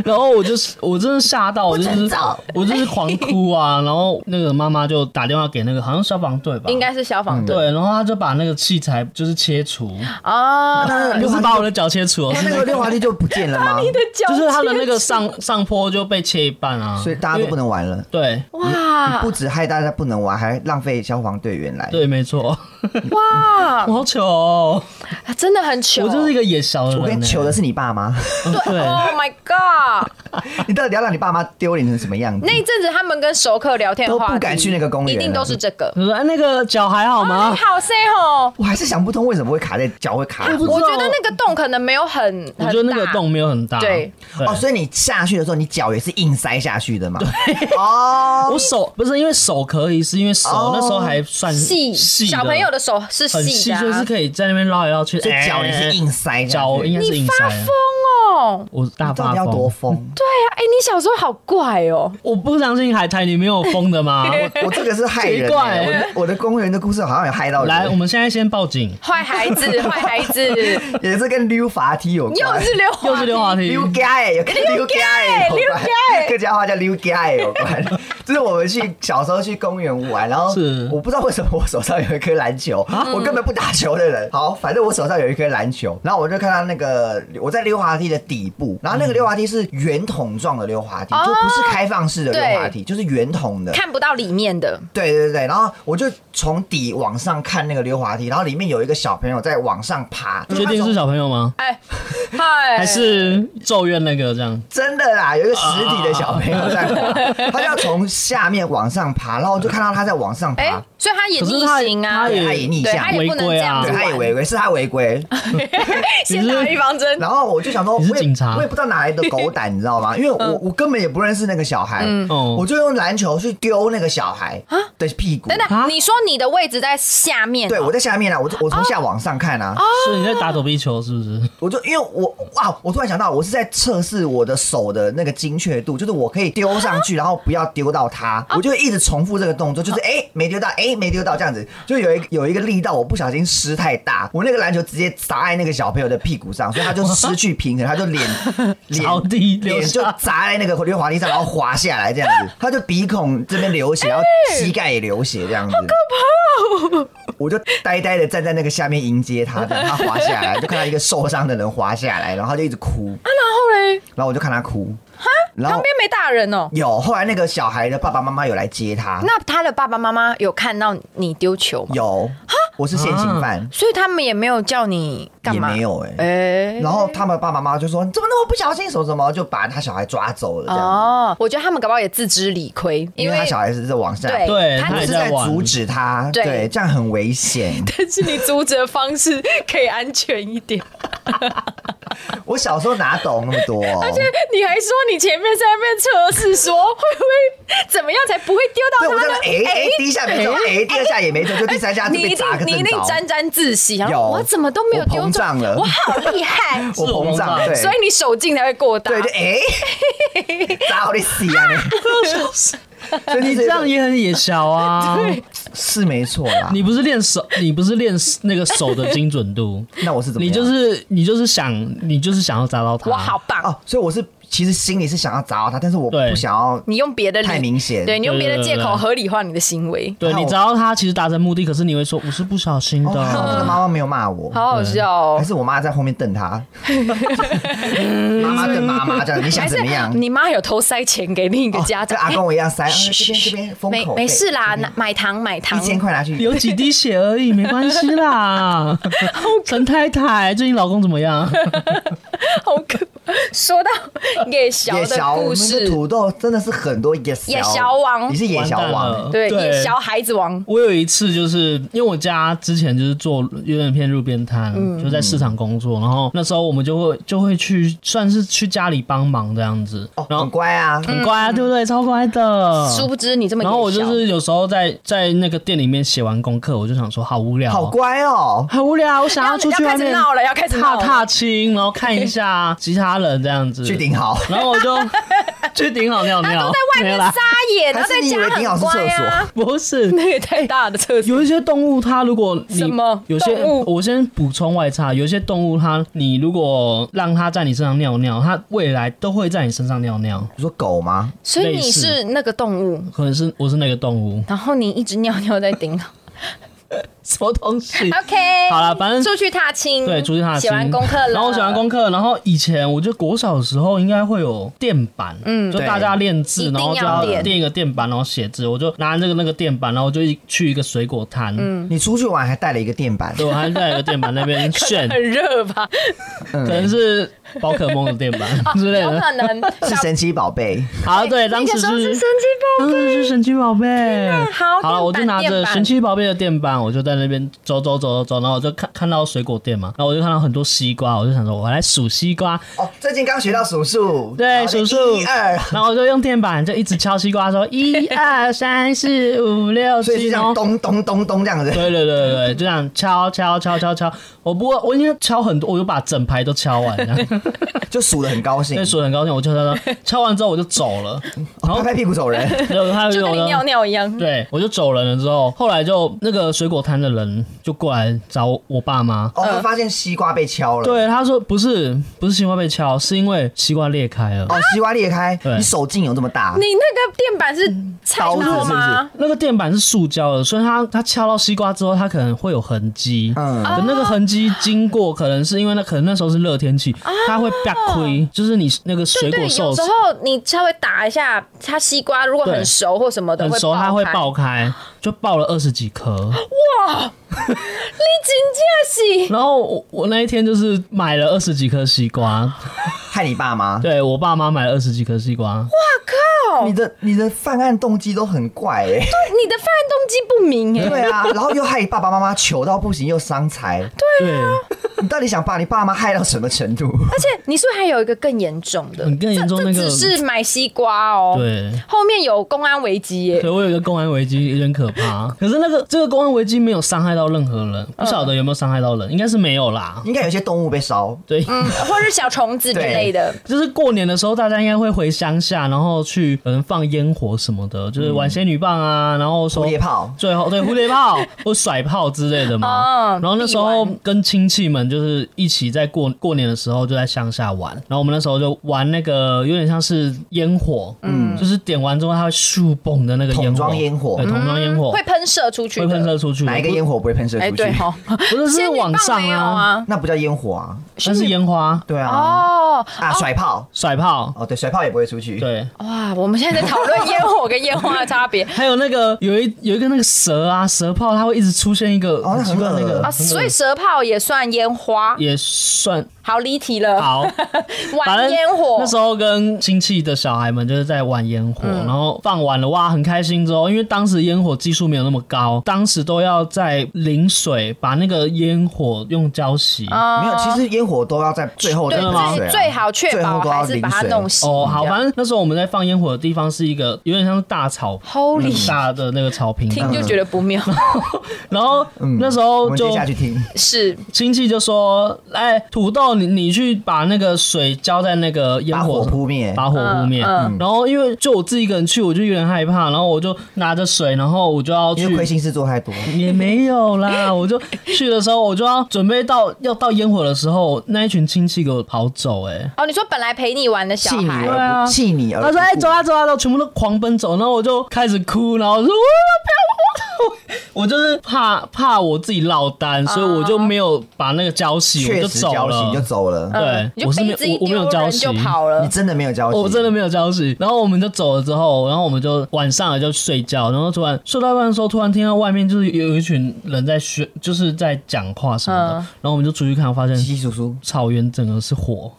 Speaker 3: 然后我就是我真的吓到，我就是我就是狂哭啊。 然后那个妈妈就打电话给那个好像消防队吧，
Speaker 1: 应该是消防队
Speaker 3: 对，然后他就把那个器材就是切除，
Speaker 1: 哦，那
Speaker 3: 不是把我的脚切除，哦，
Speaker 2: 那
Speaker 3: 是那
Speaker 2: 个
Speaker 3: 个
Speaker 2: 溜滑梯就不见了 吗？
Speaker 3: 就是他的那个上上坡就被切一半啊，
Speaker 2: 所以大家都不能玩了。
Speaker 3: 对
Speaker 1: 哇
Speaker 2: 不止害大家不能玩，还浪费消防队员来。
Speaker 3: 对，没错，
Speaker 1: 哇
Speaker 3: 我，好糗哦，
Speaker 1: 真的很糗。
Speaker 3: 我就是一个野小人欸，
Speaker 2: 我跟你求的是你爸 妈，
Speaker 3: 对
Speaker 1: Oh my god！
Speaker 2: 你到底要让你爸妈丢脸成什么样子
Speaker 1: 那？一阵子他们跟熟客聊天的话题
Speaker 2: 都不敢去那个公园
Speaker 1: 一
Speaker 2: 了
Speaker 1: 定都是这个。
Speaker 3: 他说哎那个脚还好
Speaker 1: 哎
Speaker 3: 吗？
Speaker 1: 好 say 吼，
Speaker 2: 我还是想不通为什么会卡在脚会卡。
Speaker 3: 不知道
Speaker 1: 我觉得那个洞可能没有很，
Speaker 3: 我觉得那
Speaker 1: 很
Speaker 3: 个
Speaker 1: 大
Speaker 3: 洞没有很大，
Speaker 1: 对
Speaker 2: 哦，所以你下去的时候，你脚也是硬塞下去的嘛？哦，
Speaker 3: 我手不是因为手可以，是因为手
Speaker 2: 哦
Speaker 3: 那时候还算
Speaker 1: 细，
Speaker 3: 细的，
Speaker 1: 小朋友的手是
Speaker 3: 很
Speaker 1: 细
Speaker 3: 细，
Speaker 1: 的啊，
Speaker 3: 就是可以在那边绕来绕去。
Speaker 2: 所以脚你
Speaker 3: 哎
Speaker 2: 是硬塞下去，
Speaker 3: 脚应该是硬塞啊。
Speaker 1: 疯哦。
Speaker 3: 我大
Speaker 2: 到
Speaker 3: 发
Speaker 2: 底要多
Speaker 3: 疯，
Speaker 2: 疯？
Speaker 1: 对啊，哎，你小时候好怪哦。
Speaker 3: 我不相信海苔你没有疯的吗？我
Speaker 2: 我这个是害人、
Speaker 3: 奇怪
Speaker 2: 欸，我的我的公园的故事好像有害到人，
Speaker 3: 来，我们现在先报警，
Speaker 1: 坏孩 子，坏孩子，又
Speaker 2: 也是跟溜滑梯有关，
Speaker 1: 是溜滑梯，
Speaker 3: 又是溜滑梯，
Speaker 2: 溜街欸，有跟溜街欸有
Speaker 1: 溜
Speaker 2: 关
Speaker 1: 街欸，
Speaker 2: 客家话叫溜街欸有关。 就是我们去小时候去公园玩，然后
Speaker 3: 是啊
Speaker 2: 我不知道为什么我手上有一颗篮球，我根本不打球的人。好，反正我手上有一颗篮球，然后我就看到那个我在溜滑梯的底部，然后
Speaker 3: 嗯
Speaker 2: 那个溜滑梯是圆筒状的溜滑梯，就不是开放式的溜滑梯，就是圆筒的。
Speaker 1: 看不到里面的，
Speaker 2: 对对对，然后我就从底往上看那个溜滑梯，然后里面有一个小朋友在往上爬，就是
Speaker 3: 确
Speaker 2: 他
Speaker 3: 定
Speaker 2: 从
Speaker 3: 是小朋友吗？
Speaker 1: 哎，嗨，
Speaker 3: 还是咒怨那个这样？
Speaker 2: 真的啦，有一个实
Speaker 3: 啊
Speaker 2: 体的小朋友在爬，他要从下面往上爬，然后我就看到他在往上
Speaker 1: 哎
Speaker 2: 爬，，
Speaker 1: 所以他也逆行啊，
Speaker 3: 啊可是
Speaker 2: 他也逆
Speaker 1: 对他
Speaker 2: 向，
Speaker 1: 也
Speaker 3: 啊
Speaker 1: 不能这样
Speaker 2: 对
Speaker 1: 子
Speaker 2: 他也
Speaker 1: 玩，
Speaker 2: 违规，是他违规。
Speaker 1: 先打预防针，
Speaker 2: 然后我就想说，
Speaker 3: 你是
Speaker 2: 我也
Speaker 3: 警察
Speaker 2: 我也不知道哪来的狗胆，你知道吗？因为我我根本也不认识那个小孩，
Speaker 3: 哦
Speaker 2: 我就用篮球去丢那个小孩的屁股
Speaker 1: 等。
Speaker 3: 啊
Speaker 1: 等，你说你的位置在下面，哦
Speaker 2: 对，我在下面啊，我就我从下往上看啊，
Speaker 3: 是你在打躲避球是不是？
Speaker 2: 我就因为我哇，我突然想到，我是在测试我的手的那个精确度，就是我可以丢上去，然后不要丢到它，
Speaker 3: 哦
Speaker 2: 我就一直重复这个动作，就是哎、没丢到，哎、没丢到这样子，就有一个有一个力道，我不小心失太大，我那个篮球直接砸在那个小朋友的屁股上，所以他就失去平衡，他 就脸
Speaker 3: 着
Speaker 2: 脸
Speaker 3: 地留
Speaker 2: 脸就
Speaker 3: 下，
Speaker 2: 砸在那个溜滑梯上，然后滑下来这样 子，他就鼻孔这边流血，然后膝盖也流血这样子，好可
Speaker 1: 哦
Speaker 2: 怕、我就呆呆的站在那个下面迎接他，等他滑下来，就看到一个受伤的人滑下来，然后他就一直哭，
Speaker 1: 啊然后嘞，
Speaker 2: 然后我就看他哭，然
Speaker 1: 旁
Speaker 2: 后
Speaker 1: 边没大人哦。
Speaker 2: 有后来那个小孩的爸爸妈妈有来接他，
Speaker 1: 那他的爸爸妈妈有看到你丢球吗？
Speaker 2: 有，我是现行犯，
Speaker 1: 所以他们也没有叫你啊干
Speaker 2: 也
Speaker 1: 嘛？
Speaker 2: 没有哎、
Speaker 1: 哎，
Speaker 2: 然后他们爸爸妈妈就说：“你怎么那么不小心？什么什么，就把他小孩抓走了，这样，
Speaker 1: 哦，我觉得他们搞不好也自知理亏，
Speaker 2: 因
Speaker 1: 因
Speaker 2: 为他
Speaker 1: 为
Speaker 2: 小孩是在往下，
Speaker 1: 对
Speaker 3: 对
Speaker 1: 他
Speaker 3: 他
Speaker 2: 我
Speaker 3: 也
Speaker 2: 是
Speaker 3: 在
Speaker 2: 在
Speaker 3: 玩
Speaker 2: 阻，止他，
Speaker 1: 对
Speaker 2: 对，这样很 危险。
Speaker 1: 但是你阻止的方式可以安全一点。
Speaker 2: 我小时候哪懂那么多？
Speaker 1: 你还说你前面在那边测试，说会不会怎么样才不会丢
Speaker 2: 对，
Speaker 1: 到
Speaker 2: 我
Speaker 1: 他
Speaker 2: 这
Speaker 1: 的
Speaker 2: 样？哎哎，第一下没中，哎，第二下也没中，就第三下就
Speaker 1: 哎你一
Speaker 2: 被
Speaker 1: 定
Speaker 2: 砸个
Speaker 1: 你一
Speaker 2: 正
Speaker 1: 定
Speaker 2: 着。
Speaker 1: 沾沾自喜，然
Speaker 2: 有
Speaker 1: 后我怎么都没有丢
Speaker 2: 我
Speaker 1: 中
Speaker 2: 膨胀了
Speaker 1: 我好厉 害，
Speaker 2: 我膨胀，
Speaker 3: 是我膨胀
Speaker 2: 对，
Speaker 1: 所以你手劲才会过大。
Speaker 2: 对，就哎，砸我的死啊！ 所以
Speaker 3: 你
Speaker 2: 你
Speaker 3: 这样也很野小 啊。
Speaker 2: 是没错啦。
Speaker 3: 你不是练手，你不是练那个手的精准度，
Speaker 2: 那我是 怎么
Speaker 3: 你
Speaker 2: 样？
Speaker 3: 就是你就是想你就是想要砸到他。
Speaker 1: 我好棒，
Speaker 2: 哦，所以我是其实心里是想要砸到他，但是我不
Speaker 3: 对
Speaker 2: 想要哦
Speaker 1: 你用别的理
Speaker 2: 太明显
Speaker 1: 对你用别的借
Speaker 3: 对对
Speaker 1: 口
Speaker 3: 对
Speaker 1: 合理化你的行为，
Speaker 3: 对
Speaker 2: 然后
Speaker 3: 你
Speaker 2: 我
Speaker 3: 砸到他，其实达成目的，可是你会说我是不小心
Speaker 2: 哦，还好我的
Speaker 3: 的。
Speaker 2: 妈妈没有骂我，
Speaker 1: 好好笑哦。
Speaker 2: 还是我妈在后面 瞪他， 妈妈瞪妈妈这样，你想
Speaker 1: 还是哎
Speaker 2: 怎么样？
Speaker 1: 你妈有偷塞钱给另一哦个家
Speaker 2: 跟
Speaker 1: 长？
Speaker 2: 阿公一样塞，啊这
Speaker 1: 嘘
Speaker 2: 边这边封
Speaker 1: 没
Speaker 2: 口
Speaker 1: 没
Speaker 2: 费
Speaker 1: 事啦，拿买糖买糖
Speaker 2: 一。千块拿去。
Speaker 3: 流几滴血而已，没 关系啦。陈太太，最近老公怎么样？
Speaker 1: 好可说到 夜宵
Speaker 2: 野
Speaker 1: 的
Speaker 2: 小，我
Speaker 1: 故
Speaker 2: 们的
Speaker 1: 事，
Speaker 2: 土豆真的是很多野小
Speaker 1: 野小王
Speaker 2: 你是野小
Speaker 3: 完蛋
Speaker 2: 王
Speaker 3: 了，
Speaker 1: 对
Speaker 3: 对
Speaker 1: 夜宵孩子王，
Speaker 3: 我有一次就是因为我家之前就是做有点偏路边摊，
Speaker 1: 嗯
Speaker 3: 就在市场工作，然后那时候我们就会就会去算是去家里帮忙这样子，
Speaker 2: 哦，
Speaker 3: 然后
Speaker 2: 很乖啊，
Speaker 3: 很乖啊，对不对？超乖的。
Speaker 1: 殊不知你这么
Speaker 3: 嗯然后我
Speaker 1: 夜
Speaker 3: 就
Speaker 1: 宵，
Speaker 3: 是有时候在在那个店里面写完功课，我就想说好无聊、啊
Speaker 2: 好，乖哦。
Speaker 3: 好无聊，我想
Speaker 1: 要
Speaker 3: 出去外
Speaker 1: 要开始
Speaker 3: 面
Speaker 1: 闹了，要开始
Speaker 3: 踏
Speaker 1: 闹了。
Speaker 3: 踏青，然后看一下其他人这 样子。
Speaker 2: 去顶好，
Speaker 3: 然后我就 去顶好尿尿，
Speaker 1: 在外面
Speaker 3: 没啦
Speaker 1: 撒野，然
Speaker 2: 还
Speaker 1: 后在
Speaker 2: 是你以
Speaker 1: 家
Speaker 2: 为顶好
Speaker 1: 很
Speaker 2: 是
Speaker 1: 乖
Speaker 2: 厕
Speaker 1: 啊
Speaker 2: 所？。
Speaker 3: 不是
Speaker 1: 那也太大的厕所，
Speaker 3: 有一些动物，它如果你
Speaker 1: 什么
Speaker 3: 有些
Speaker 1: 动物
Speaker 3: 我先补充外差，有一些动物它你如果让它在你身上尿尿，它未来都会在你身上尿尿。
Speaker 2: 你说狗吗？
Speaker 1: 所以
Speaker 3: 类
Speaker 1: 你
Speaker 3: 似
Speaker 1: 是那个动物，
Speaker 3: 可能是我是那个动 物，
Speaker 1: 然后你一直尿尿在顶好。
Speaker 3: 什么东西
Speaker 1: OK，
Speaker 3: 好了，反正
Speaker 1: 出去踏青，
Speaker 3: 对，出去踏青，
Speaker 1: 写完功课了，
Speaker 3: 然后写完功课，然后以前我觉得国小的时候应该会有垫板，嗯，就大家练字，
Speaker 1: 对
Speaker 3: 然后就
Speaker 1: 一定要
Speaker 3: 要
Speaker 1: 垫
Speaker 3: 垫一个垫板，然后写字，我就拿那个那个垫板，然后就一去一个水果摊，嗯，
Speaker 2: 你出去玩还带了一个垫板，
Speaker 3: 对，我还在一个垫板 那边炫，
Speaker 1: 很热吧？
Speaker 3: 可能是宝可梦的垫板之类
Speaker 1: 有
Speaker 3: 的。
Speaker 1: 可 能。
Speaker 2: 是神奇宝贝，
Speaker 3: 好，对，当
Speaker 1: 哦那
Speaker 3: 时
Speaker 1: 个时候
Speaker 3: 是
Speaker 1: 是神奇宝
Speaker 3: 当时是神奇宝贝。
Speaker 1: 好
Speaker 3: 好了，我就
Speaker 1: 垫板
Speaker 3: 拿
Speaker 1: 垫
Speaker 3: 着
Speaker 1: 板
Speaker 3: 神奇宝贝的垫板，我就在那边走走走走走，然后我就看看到水果店嘛，然后我就看到很多西瓜，我就想说，我来数西瓜，
Speaker 2: 哦，最近刚学到数数，
Speaker 3: 对
Speaker 2: 好
Speaker 3: 数数
Speaker 2: 一二，
Speaker 3: 然后我就用垫板就一直敲西瓜，说一二三四五六
Speaker 2: 所以
Speaker 3: 七，
Speaker 2: 就这
Speaker 3: 然
Speaker 2: 样
Speaker 3: 后
Speaker 2: 咚咚咚咚这样子，
Speaker 3: 对对对对，就这样敲敲敲敲敲，我不过我应该敲很多，我就把整排都敲完，这样
Speaker 2: 就数的很高兴
Speaker 3: 所以，数得很高兴，我敲敲敲，敲完之后我就走了，
Speaker 2: 哦拍拍屁股走人。
Speaker 3: 然后他
Speaker 1: 就
Speaker 3: 有
Speaker 1: 跟你
Speaker 3: 呢
Speaker 1: 尿尿一样。
Speaker 3: 对，我就走人了之后，后来就那个水果摊的人就过来找我爸妈，
Speaker 2: 哦，他发现西瓜被敲了，，
Speaker 3: 对他说不是不是西瓜被敲，是因为西瓜裂开了。
Speaker 2: 哦，西瓜裂开，
Speaker 3: 对
Speaker 2: 你手劲有这么大，
Speaker 1: 你那个垫板是
Speaker 3: 嗯
Speaker 1: 菜
Speaker 2: 刀子是
Speaker 1: 刀
Speaker 2: 不是
Speaker 1: 吗？
Speaker 3: 那个垫板是塑胶的，所以它它敲到西瓜之后，它可能会有痕迹。
Speaker 2: 嗯
Speaker 3: 嗯，可那个
Speaker 1: 哦
Speaker 3: 痕迹经过，可能是因为那可能那时候是热天气，它会啪亏，就是你那个
Speaker 1: 哦
Speaker 3: 水
Speaker 1: 对
Speaker 3: 果
Speaker 1: 对，有
Speaker 3: 受
Speaker 1: 时候你稍微打一下，它西瓜如果很
Speaker 3: 对
Speaker 1: 熟或什么的，
Speaker 3: 很熟，
Speaker 1: 开
Speaker 3: 它会爆。开，就爆了二十几颗。
Speaker 1: 你真正是
Speaker 3: 然后我我那一天就是买了二十几颗西瓜，
Speaker 2: 害你爸妈，
Speaker 3: 对我爸妈买了二十几颗西瓜。哦
Speaker 2: 你的你的犯案动机都很怪哎，
Speaker 1: 你的犯案动机不明哎，
Speaker 2: 对啊，然后又害爸爸妈妈求到不行，又伤财，
Speaker 3: 对，
Speaker 2: 你到底想把你爸妈害到什么程 度？
Speaker 3: 哎
Speaker 1: 而且你是不是还有一个更严重的？
Speaker 3: 嗯更严重
Speaker 1: 这
Speaker 3: 那个
Speaker 1: 这只是买西瓜哦。
Speaker 3: 对，
Speaker 1: 后面有公安危机耶
Speaker 3: 对，我有一个公安危机，有点可 怕。可是那个这个公安危机没有伤害到任何
Speaker 2: 嗯
Speaker 3: 人，不晓得有没有伤害到人，应该是没有啦。
Speaker 2: 应该有一些动物被烧，
Speaker 3: 对，
Speaker 1: 嗯，或是小虫子之类的。
Speaker 3: 就是过年的时候，大家应该会回乡下，然后去可能放烟火什么的，就是玩仙女棒啊，然后
Speaker 2: 嗯
Speaker 3: 说
Speaker 2: 蝴蝶炮
Speaker 3: 最后对蝴蝶炮 或甩炮之类的嘛。
Speaker 1: 哦
Speaker 3: 然后那时
Speaker 1: 必
Speaker 3: 候
Speaker 1: 玩
Speaker 3: 跟亲戚们就是一起在过过年的时候就在乡下玩，然后我们那时候就玩那个有点像是烟火，嗯，就是点完之后它会竖蹦的那个烟火，
Speaker 2: 桶装烟火嗯
Speaker 3: 对，桶装烟火
Speaker 1: 会喷射出去
Speaker 3: 会
Speaker 1: 的。
Speaker 3: 喷射出去，
Speaker 2: 哪一个烟火不会喷射
Speaker 1: 哎，
Speaker 2: 出去
Speaker 1: 对？哦，
Speaker 3: 不是
Speaker 1: 仙
Speaker 3: 是
Speaker 1: 女
Speaker 3: 往
Speaker 1: 棒
Speaker 3: 上
Speaker 1: 没有
Speaker 3: 啊，
Speaker 1: 啊。
Speaker 2: 那不叫烟火啊，
Speaker 3: 那是烟花、
Speaker 2: 对啊，
Speaker 1: 哦，
Speaker 2: 啊，甩炮，
Speaker 3: 甩炮，
Speaker 2: 哦，对，甩炮也不会出去，
Speaker 3: 对，
Speaker 1: 哇，我们现在在讨论烟火跟烟花的差别
Speaker 3: 还有那个有一有一个那个蛇啊，蛇炮，它会一直出现一个
Speaker 2: 哦
Speaker 3: 很奇怪的那
Speaker 2: 那
Speaker 3: 个
Speaker 2: 很恶
Speaker 1: 啊，所
Speaker 3: 嗯
Speaker 1: 以蛇炮也算烟花，
Speaker 3: 也算
Speaker 1: 好离题了。
Speaker 3: 好。反
Speaker 1: 呃玩
Speaker 3: 正
Speaker 1: 烟火
Speaker 3: 那时候跟亲戚的小孩们就是在玩烟火，
Speaker 1: 嗯
Speaker 3: 然后放完了哇，很开心。之后因为当时烟火技术没有那么高，当时都要在淋水把那个烟火用胶洗。
Speaker 1: 哦
Speaker 2: 没有，其实烟火都要在最后
Speaker 1: 对
Speaker 2: 再喷水
Speaker 1: 最
Speaker 2: 啊
Speaker 1: 最好确
Speaker 2: 最
Speaker 1: 保
Speaker 2: 后都要
Speaker 1: 还是
Speaker 2: 淋
Speaker 1: 把它
Speaker 2: 水。
Speaker 1: 弄醒。
Speaker 3: 哦，好，
Speaker 1: 这样
Speaker 3: 反正那时候我们在放烟火的地方是一个有点像是大草
Speaker 1: Holy
Speaker 3: 很 大的那个草坪，
Speaker 1: 听
Speaker 2: 嗯
Speaker 1: 就觉得不妙，
Speaker 3: 嗯然后那时
Speaker 2: 我
Speaker 3: 候
Speaker 2: 们
Speaker 3: 就
Speaker 2: 接下去听，
Speaker 1: 是
Speaker 3: 亲戚就说：“哎，土豆，你你去把那个水浇在那个烟
Speaker 2: 把
Speaker 3: 火
Speaker 2: 火扑灭。
Speaker 3: 把火扑灭。
Speaker 1: 嗯
Speaker 3: 然后因为就我自己一个人去，我就有点害怕，然后我就拿着水，然后我就要
Speaker 2: 因为亏
Speaker 3: 去。”
Speaker 2: 心事做太多，
Speaker 3: 也没有啦，我就去的时候，我就要准备到要到烟火的时候，那一群亲戚给我跑走、哎，
Speaker 1: 哦，你说本来陪你玩的小
Speaker 2: 弃你
Speaker 1: 孩，
Speaker 3: 对
Speaker 2: 而
Speaker 3: 啊
Speaker 2: 不弃你而不
Speaker 3: 他说：“哎、
Speaker 2: 顾
Speaker 3: 走啊走啊走！”全部都狂奔走，然后我就开始哭，然后我说：“我不要 我！”我就是怕怕我自己落单，所以我就没有把那个胶洗，我
Speaker 2: 确
Speaker 3: 就
Speaker 2: 实
Speaker 3: 走
Speaker 2: 交
Speaker 3: 了，
Speaker 2: 情就走了，
Speaker 3: 对，
Speaker 1: 嗯你就
Speaker 3: 我是没
Speaker 1: 杯
Speaker 3: 有
Speaker 1: 子一
Speaker 3: 我我没有
Speaker 1: 丢
Speaker 3: 交
Speaker 1: 人
Speaker 3: 集
Speaker 1: 就，跑
Speaker 2: 你
Speaker 1: 了。
Speaker 2: 真的没有交情，
Speaker 3: 呃我真的没有交集。然后我们就走了之后，然后我们就晚上了就睡觉，然后突然睡到一半的时候，突然听到外面就是有有一群人在学，就是在讲话什么
Speaker 1: 嗯
Speaker 3: 的，然后我们就出去看，发现
Speaker 2: 稀稀疏疏，
Speaker 3: 草原整个是火，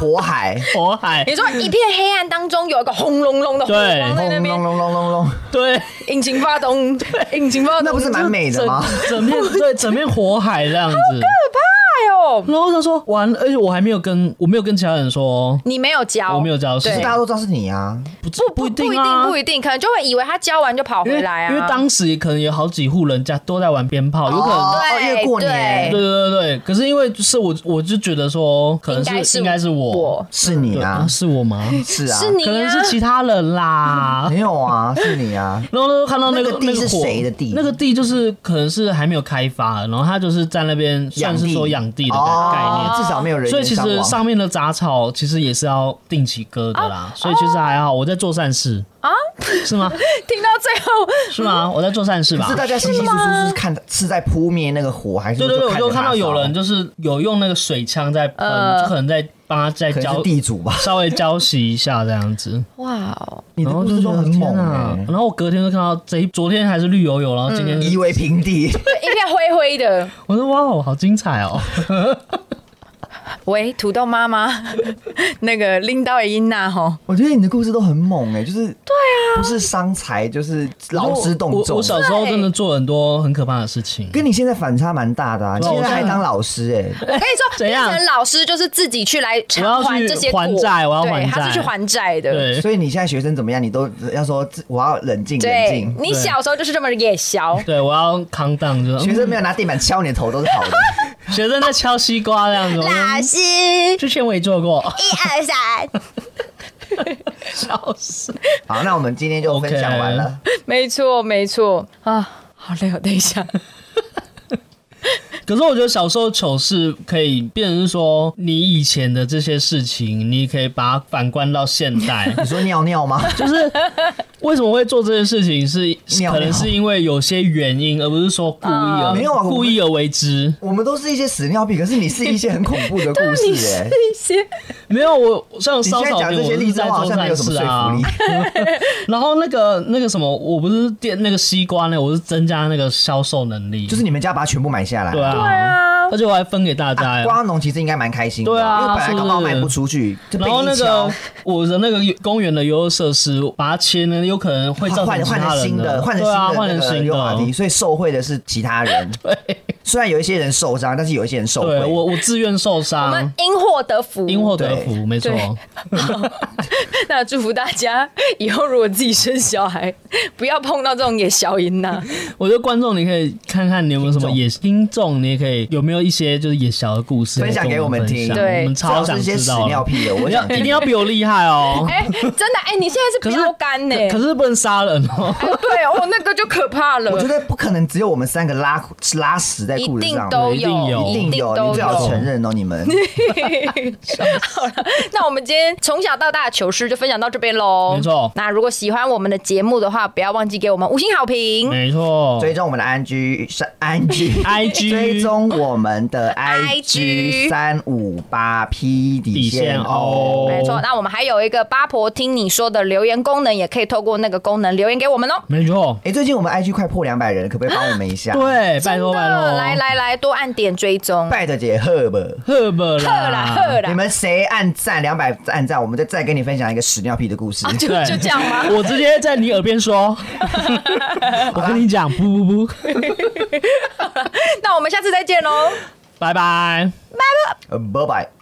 Speaker 2: 火海，
Speaker 3: 火海，
Speaker 1: 你说一片黑暗当中有一个轰隆隆的火
Speaker 3: 对
Speaker 1: 光在那
Speaker 2: 轰隆
Speaker 1: 边，
Speaker 2: 隆隆隆隆，
Speaker 3: 对，
Speaker 1: 引擎发 动，引擎发动，
Speaker 2: 那不是蛮美的
Speaker 3: 整
Speaker 2: 吗？
Speaker 3: 整片对整片火海这样子。
Speaker 1: 哎呦，
Speaker 3: 然后他说完，而且我还没有跟我没有跟其他人说哦，
Speaker 1: 你没有教，
Speaker 3: 我没有教
Speaker 1: 对
Speaker 3: 是
Speaker 2: 大家都知道是你啊，
Speaker 3: 不这
Speaker 1: 不
Speaker 3: 不一定
Speaker 1: 不一定，
Speaker 3: 啊，
Speaker 1: 不一定，可能就会以为他教完就跑
Speaker 3: 因
Speaker 1: 回
Speaker 3: 为
Speaker 1: 来啊。
Speaker 3: 因为当时可能有好几户人家都在玩鞭炮，有可能
Speaker 2: 哦哦因为过
Speaker 1: 对
Speaker 2: 年
Speaker 3: 对对对，对可是因为就是我，我就觉得说，可
Speaker 1: 应
Speaker 3: 能
Speaker 1: 该
Speaker 3: 是
Speaker 1: 是
Speaker 3: 应该是我，
Speaker 1: 我
Speaker 2: 是你
Speaker 3: 对
Speaker 2: 啊
Speaker 3: 啊，，是我吗？
Speaker 2: 是啊，
Speaker 1: 是你
Speaker 3: 可能
Speaker 1: 啊，嗯
Speaker 3: 是其他人啦。
Speaker 2: 没有啊，是你 啊，
Speaker 3: 然后呢，看到那个
Speaker 2: 那个地
Speaker 3: 个
Speaker 2: 是
Speaker 3: 火
Speaker 2: 谁的地
Speaker 3: 那个地就是可能是还没有开发，然后他就是在那边算是说养地的概概
Speaker 2: 哦
Speaker 3: 念。
Speaker 2: 至少没有人
Speaker 3: 所以
Speaker 2: 员
Speaker 3: 其
Speaker 2: 伤
Speaker 3: 实
Speaker 2: 亡。
Speaker 3: 上面的杂草其实也是要定期割的啦，所以其实还好，我在做善事啊，是吗？
Speaker 1: 听到最后，
Speaker 3: 是吗？我在做善事吧？
Speaker 2: 可是大家稀稀疏疏是看是在扑灭那个火，还是
Speaker 3: 对对对，我
Speaker 2: 就
Speaker 3: 就看到有人
Speaker 2: 就
Speaker 3: 就是有用那个水枪在喷，
Speaker 1: 呃
Speaker 3: 就可能在帮他再
Speaker 2: 可能
Speaker 3: 浇
Speaker 2: 是地主吧？
Speaker 3: 稍微浇熄一下这样子，
Speaker 1: 哇哦，
Speaker 2: 你的
Speaker 3: 然后
Speaker 2: 故
Speaker 3: 就
Speaker 2: 事
Speaker 3: 觉
Speaker 2: 都
Speaker 3: 得
Speaker 2: 很猛
Speaker 3: 天啊
Speaker 2: 哎！
Speaker 3: 然后我隔天就看到这一，昨天还是绿油油，然后今天 是
Speaker 2: 夷为平地，
Speaker 1: 对一片灰灰的。
Speaker 3: 我说哇哦，好精 彩哦！
Speaker 1: 喂，土豆妈妈， 那个拎到的英娜 吼，
Speaker 2: 我觉得你的故事都很猛哎，就是对啊，不是伤财就是劳师动
Speaker 3: 我我
Speaker 2: 众
Speaker 3: 我。小时候真的做很多很可怕的事情，
Speaker 2: 跟你现在反差蛮大的啊！你
Speaker 3: 对啊
Speaker 2: 现在还
Speaker 3: 我现在
Speaker 2: 当老师哎，
Speaker 1: 我跟你说，
Speaker 3: 怎
Speaker 1: 变
Speaker 3: 样
Speaker 1: 成老师就是自己去来偿
Speaker 3: 我要
Speaker 1: 还
Speaker 3: 去
Speaker 1: 这些果
Speaker 3: 还债我要还
Speaker 1: 对，
Speaker 3: 债
Speaker 1: 他是去还债的。
Speaker 3: 对
Speaker 2: 所以你现在学生怎么样？你都要说我要冷静冷
Speaker 1: 对
Speaker 2: 静。
Speaker 1: 你小时候就是这么野 小，
Speaker 3: 对，我要扛当就是
Speaker 2: 学生没有拿地板敲你的头都是好的。
Speaker 3: 嗯学生在敲西瓜这样子，我
Speaker 1: 老
Speaker 3: 说
Speaker 1: 师一
Speaker 3: 之前我也 做过，
Speaker 1: 二三，
Speaker 3: 笑死！
Speaker 2: 好，那我们今天就分享完了。
Speaker 1: 没错没错啊，好累哦，等一 下，
Speaker 3: 可是我觉得小时候糗事可以变成是说，你以前的这些事情，你可以把它反观到现 代，
Speaker 2: 你说尿尿 吗？
Speaker 3: 就是为什么会做这件事情是，是
Speaker 2: 妙
Speaker 3: 可能是因为有些原因，而不是说故意而、
Speaker 2: 嗯没有啊我
Speaker 3: 故意而为之。
Speaker 2: 我们都是一些屎尿屁，可是你是一些很恐怖的故
Speaker 1: 你
Speaker 2: 事 哎、
Speaker 1: 是一些
Speaker 3: 没有我像
Speaker 2: 你
Speaker 3: 烧
Speaker 2: 现在
Speaker 3: 烤
Speaker 2: 讲
Speaker 3: 店，
Speaker 2: 这
Speaker 3: 我
Speaker 2: 些
Speaker 3: 是
Speaker 2: 例子，
Speaker 3: 在
Speaker 2: 我好
Speaker 3: 做
Speaker 2: 像没有
Speaker 3: 善
Speaker 2: 什么说
Speaker 3: 事
Speaker 2: 服
Speaker 3: 啊
Speaker 2: 力。。
Speaker 3: 然后那个那个什么，我不是店那个西瓜呢，我是增加那个销售能力，
Speaker 2: 就是你们家把它全部买下来。
Speaker 3: 对啊，
Speaker 1: 对啊
Speaker 3: 而且我还分给大家
Speaker 2: 啊
Speaker 3: 耶。
Speaker 2: 瓜农其实应该蛮开心的，
Speaker 3: 对啊
Speaker 2: 因为本来搞不好卖不出去，就被
Speaker 3: 然后那
Speaker 2: 你
Speaker 3: 个
Speaker 2: 敲，
Speaker 3: 我的那个公园的游乐设施，把它切呢，有可能会造
Speaker 2: 换换
Speaker 3: 成其
Speaker 2: 换
Speaker 3: 他
Speaker 2: 成
Speaker 3: 人
Speaker 2: 新的，换成
Speaker 3: 对啊，换
Speaker 2: 新的
Speaker 3: 成
Speaker 2: 那个
Speaker 3: 新
Speaker 2: 溜滑梯，
Speaker 3: 的。
Speaker 2: 所以受贿的是其他 人。对，虽然有一些人受伤，但是有一些人受
Speaker 3: 对
Speaker 2: 贿。
Speaker 3: 我我自愿受
Speaker 1: 我
Speaker 3: 伤
Speaker 1: 们，因祸得福，
Speaker 3: 因祸得
Speaker 2: 对
Speaker 3: 福，没错。
Speaker 1: 对那祝福大家以后如果自己生小孩， 不要碰到这种野小音呐、
Speaker 3: 我觉得观众你可以看看你有没有什么
Speaker 2: 听众
Speaker 3: 野听众，你也可以有没有一些就是野小的故事
Speaker 2: 分享
Speaker 3: 可以
Speaker 2: 给
Speaker 3: 跟
Speaker 2: 我
Speaker 3: 我
Speaker 2: 们
Speaker 3: 分
Speaker 2: 听
Speaker 3: 享
Speaker 1: 对
Speaker 3: 我们
Speaker 2: 至少
Speaker 3: 超
Speaker 2: 是
Speaker 3: 想
Speaker 2: 一些
Speaker 3: 知
Speaker 2: 屎
Speaker 3: 道
Speaker 2: 尿
Speaker 3: 的。
Speaker 2: 屁的，我
Speaker 3: 你要
Speaker 2: 想
Speaker 3: 一定要比我厉害哦！
Speaker 1: 哎、真的哎、你现在
Speaker 3: 可
Speaker 1: 是
Speaker 3: 是
Speaker 1: 标杆呢、
Speaker 3: 可是不能杀人 哦。
Speaker 1: 哎对哦，那个就可怕了
Speaker 2: 我。觉得不可能只有我们三个拉拉屎在
Speaker 1: 一
Speaker 2: 裤子
Speaker 1: 定
Speaker 2: 上，
Speaker 1: 都
Speaker 3: 一定有
Speaker 1: 有，
Speaker 2: 一定有，
Speaker 1: 都
Speaker 2: 你最好承认哦，你 们。
Speaker 1: 好了，那我们今天从小到大的糗事就分享到这边喽。
Speaker 3: 没错
Speaker 1: 那如果喜欢我们的节目的话，不要忘记给我们五星好评。
Speaker 3: 没错
Speaker 2: 追踪我们的 IG 是 IG
Speaker 3: ，IG
Speaker 2: 追踪我们的 IG
Speaker 1: IG
Speaker 2: 三五八 P 底线哦。
Speaker 1: 没错，那我们还有一个八婆听你说的留言功能，也可以透过那个功能留言给我们哦。
Speaker 3: 没错，
Speaker 2: 哎、最近我们 IG 快破两百人，可不可以帮我们一下？，
Speaker 3: 对，拜托拜托，
Speaker 1: 来来来，多按点追踪。
Speaker 2: 拜托姐赫吧。
Speaker 3: 赫本
Speaker 1: 贺啦贺啦
Speaker 2: 你，们谁按赞两百按赞，我们就再跟你分享一个屎尿屁的故 事。
Speaker 1: 哦就
Speaker 3: 对
Speaker 1: 就这样吗？
Speaker 3: 我直接在你耳边说，我跟你讲，不不不，
Speaker 1: 那我们下次再见喽。
Speaker 3: 拜拜。
Speaker 2: 呃，拜拜。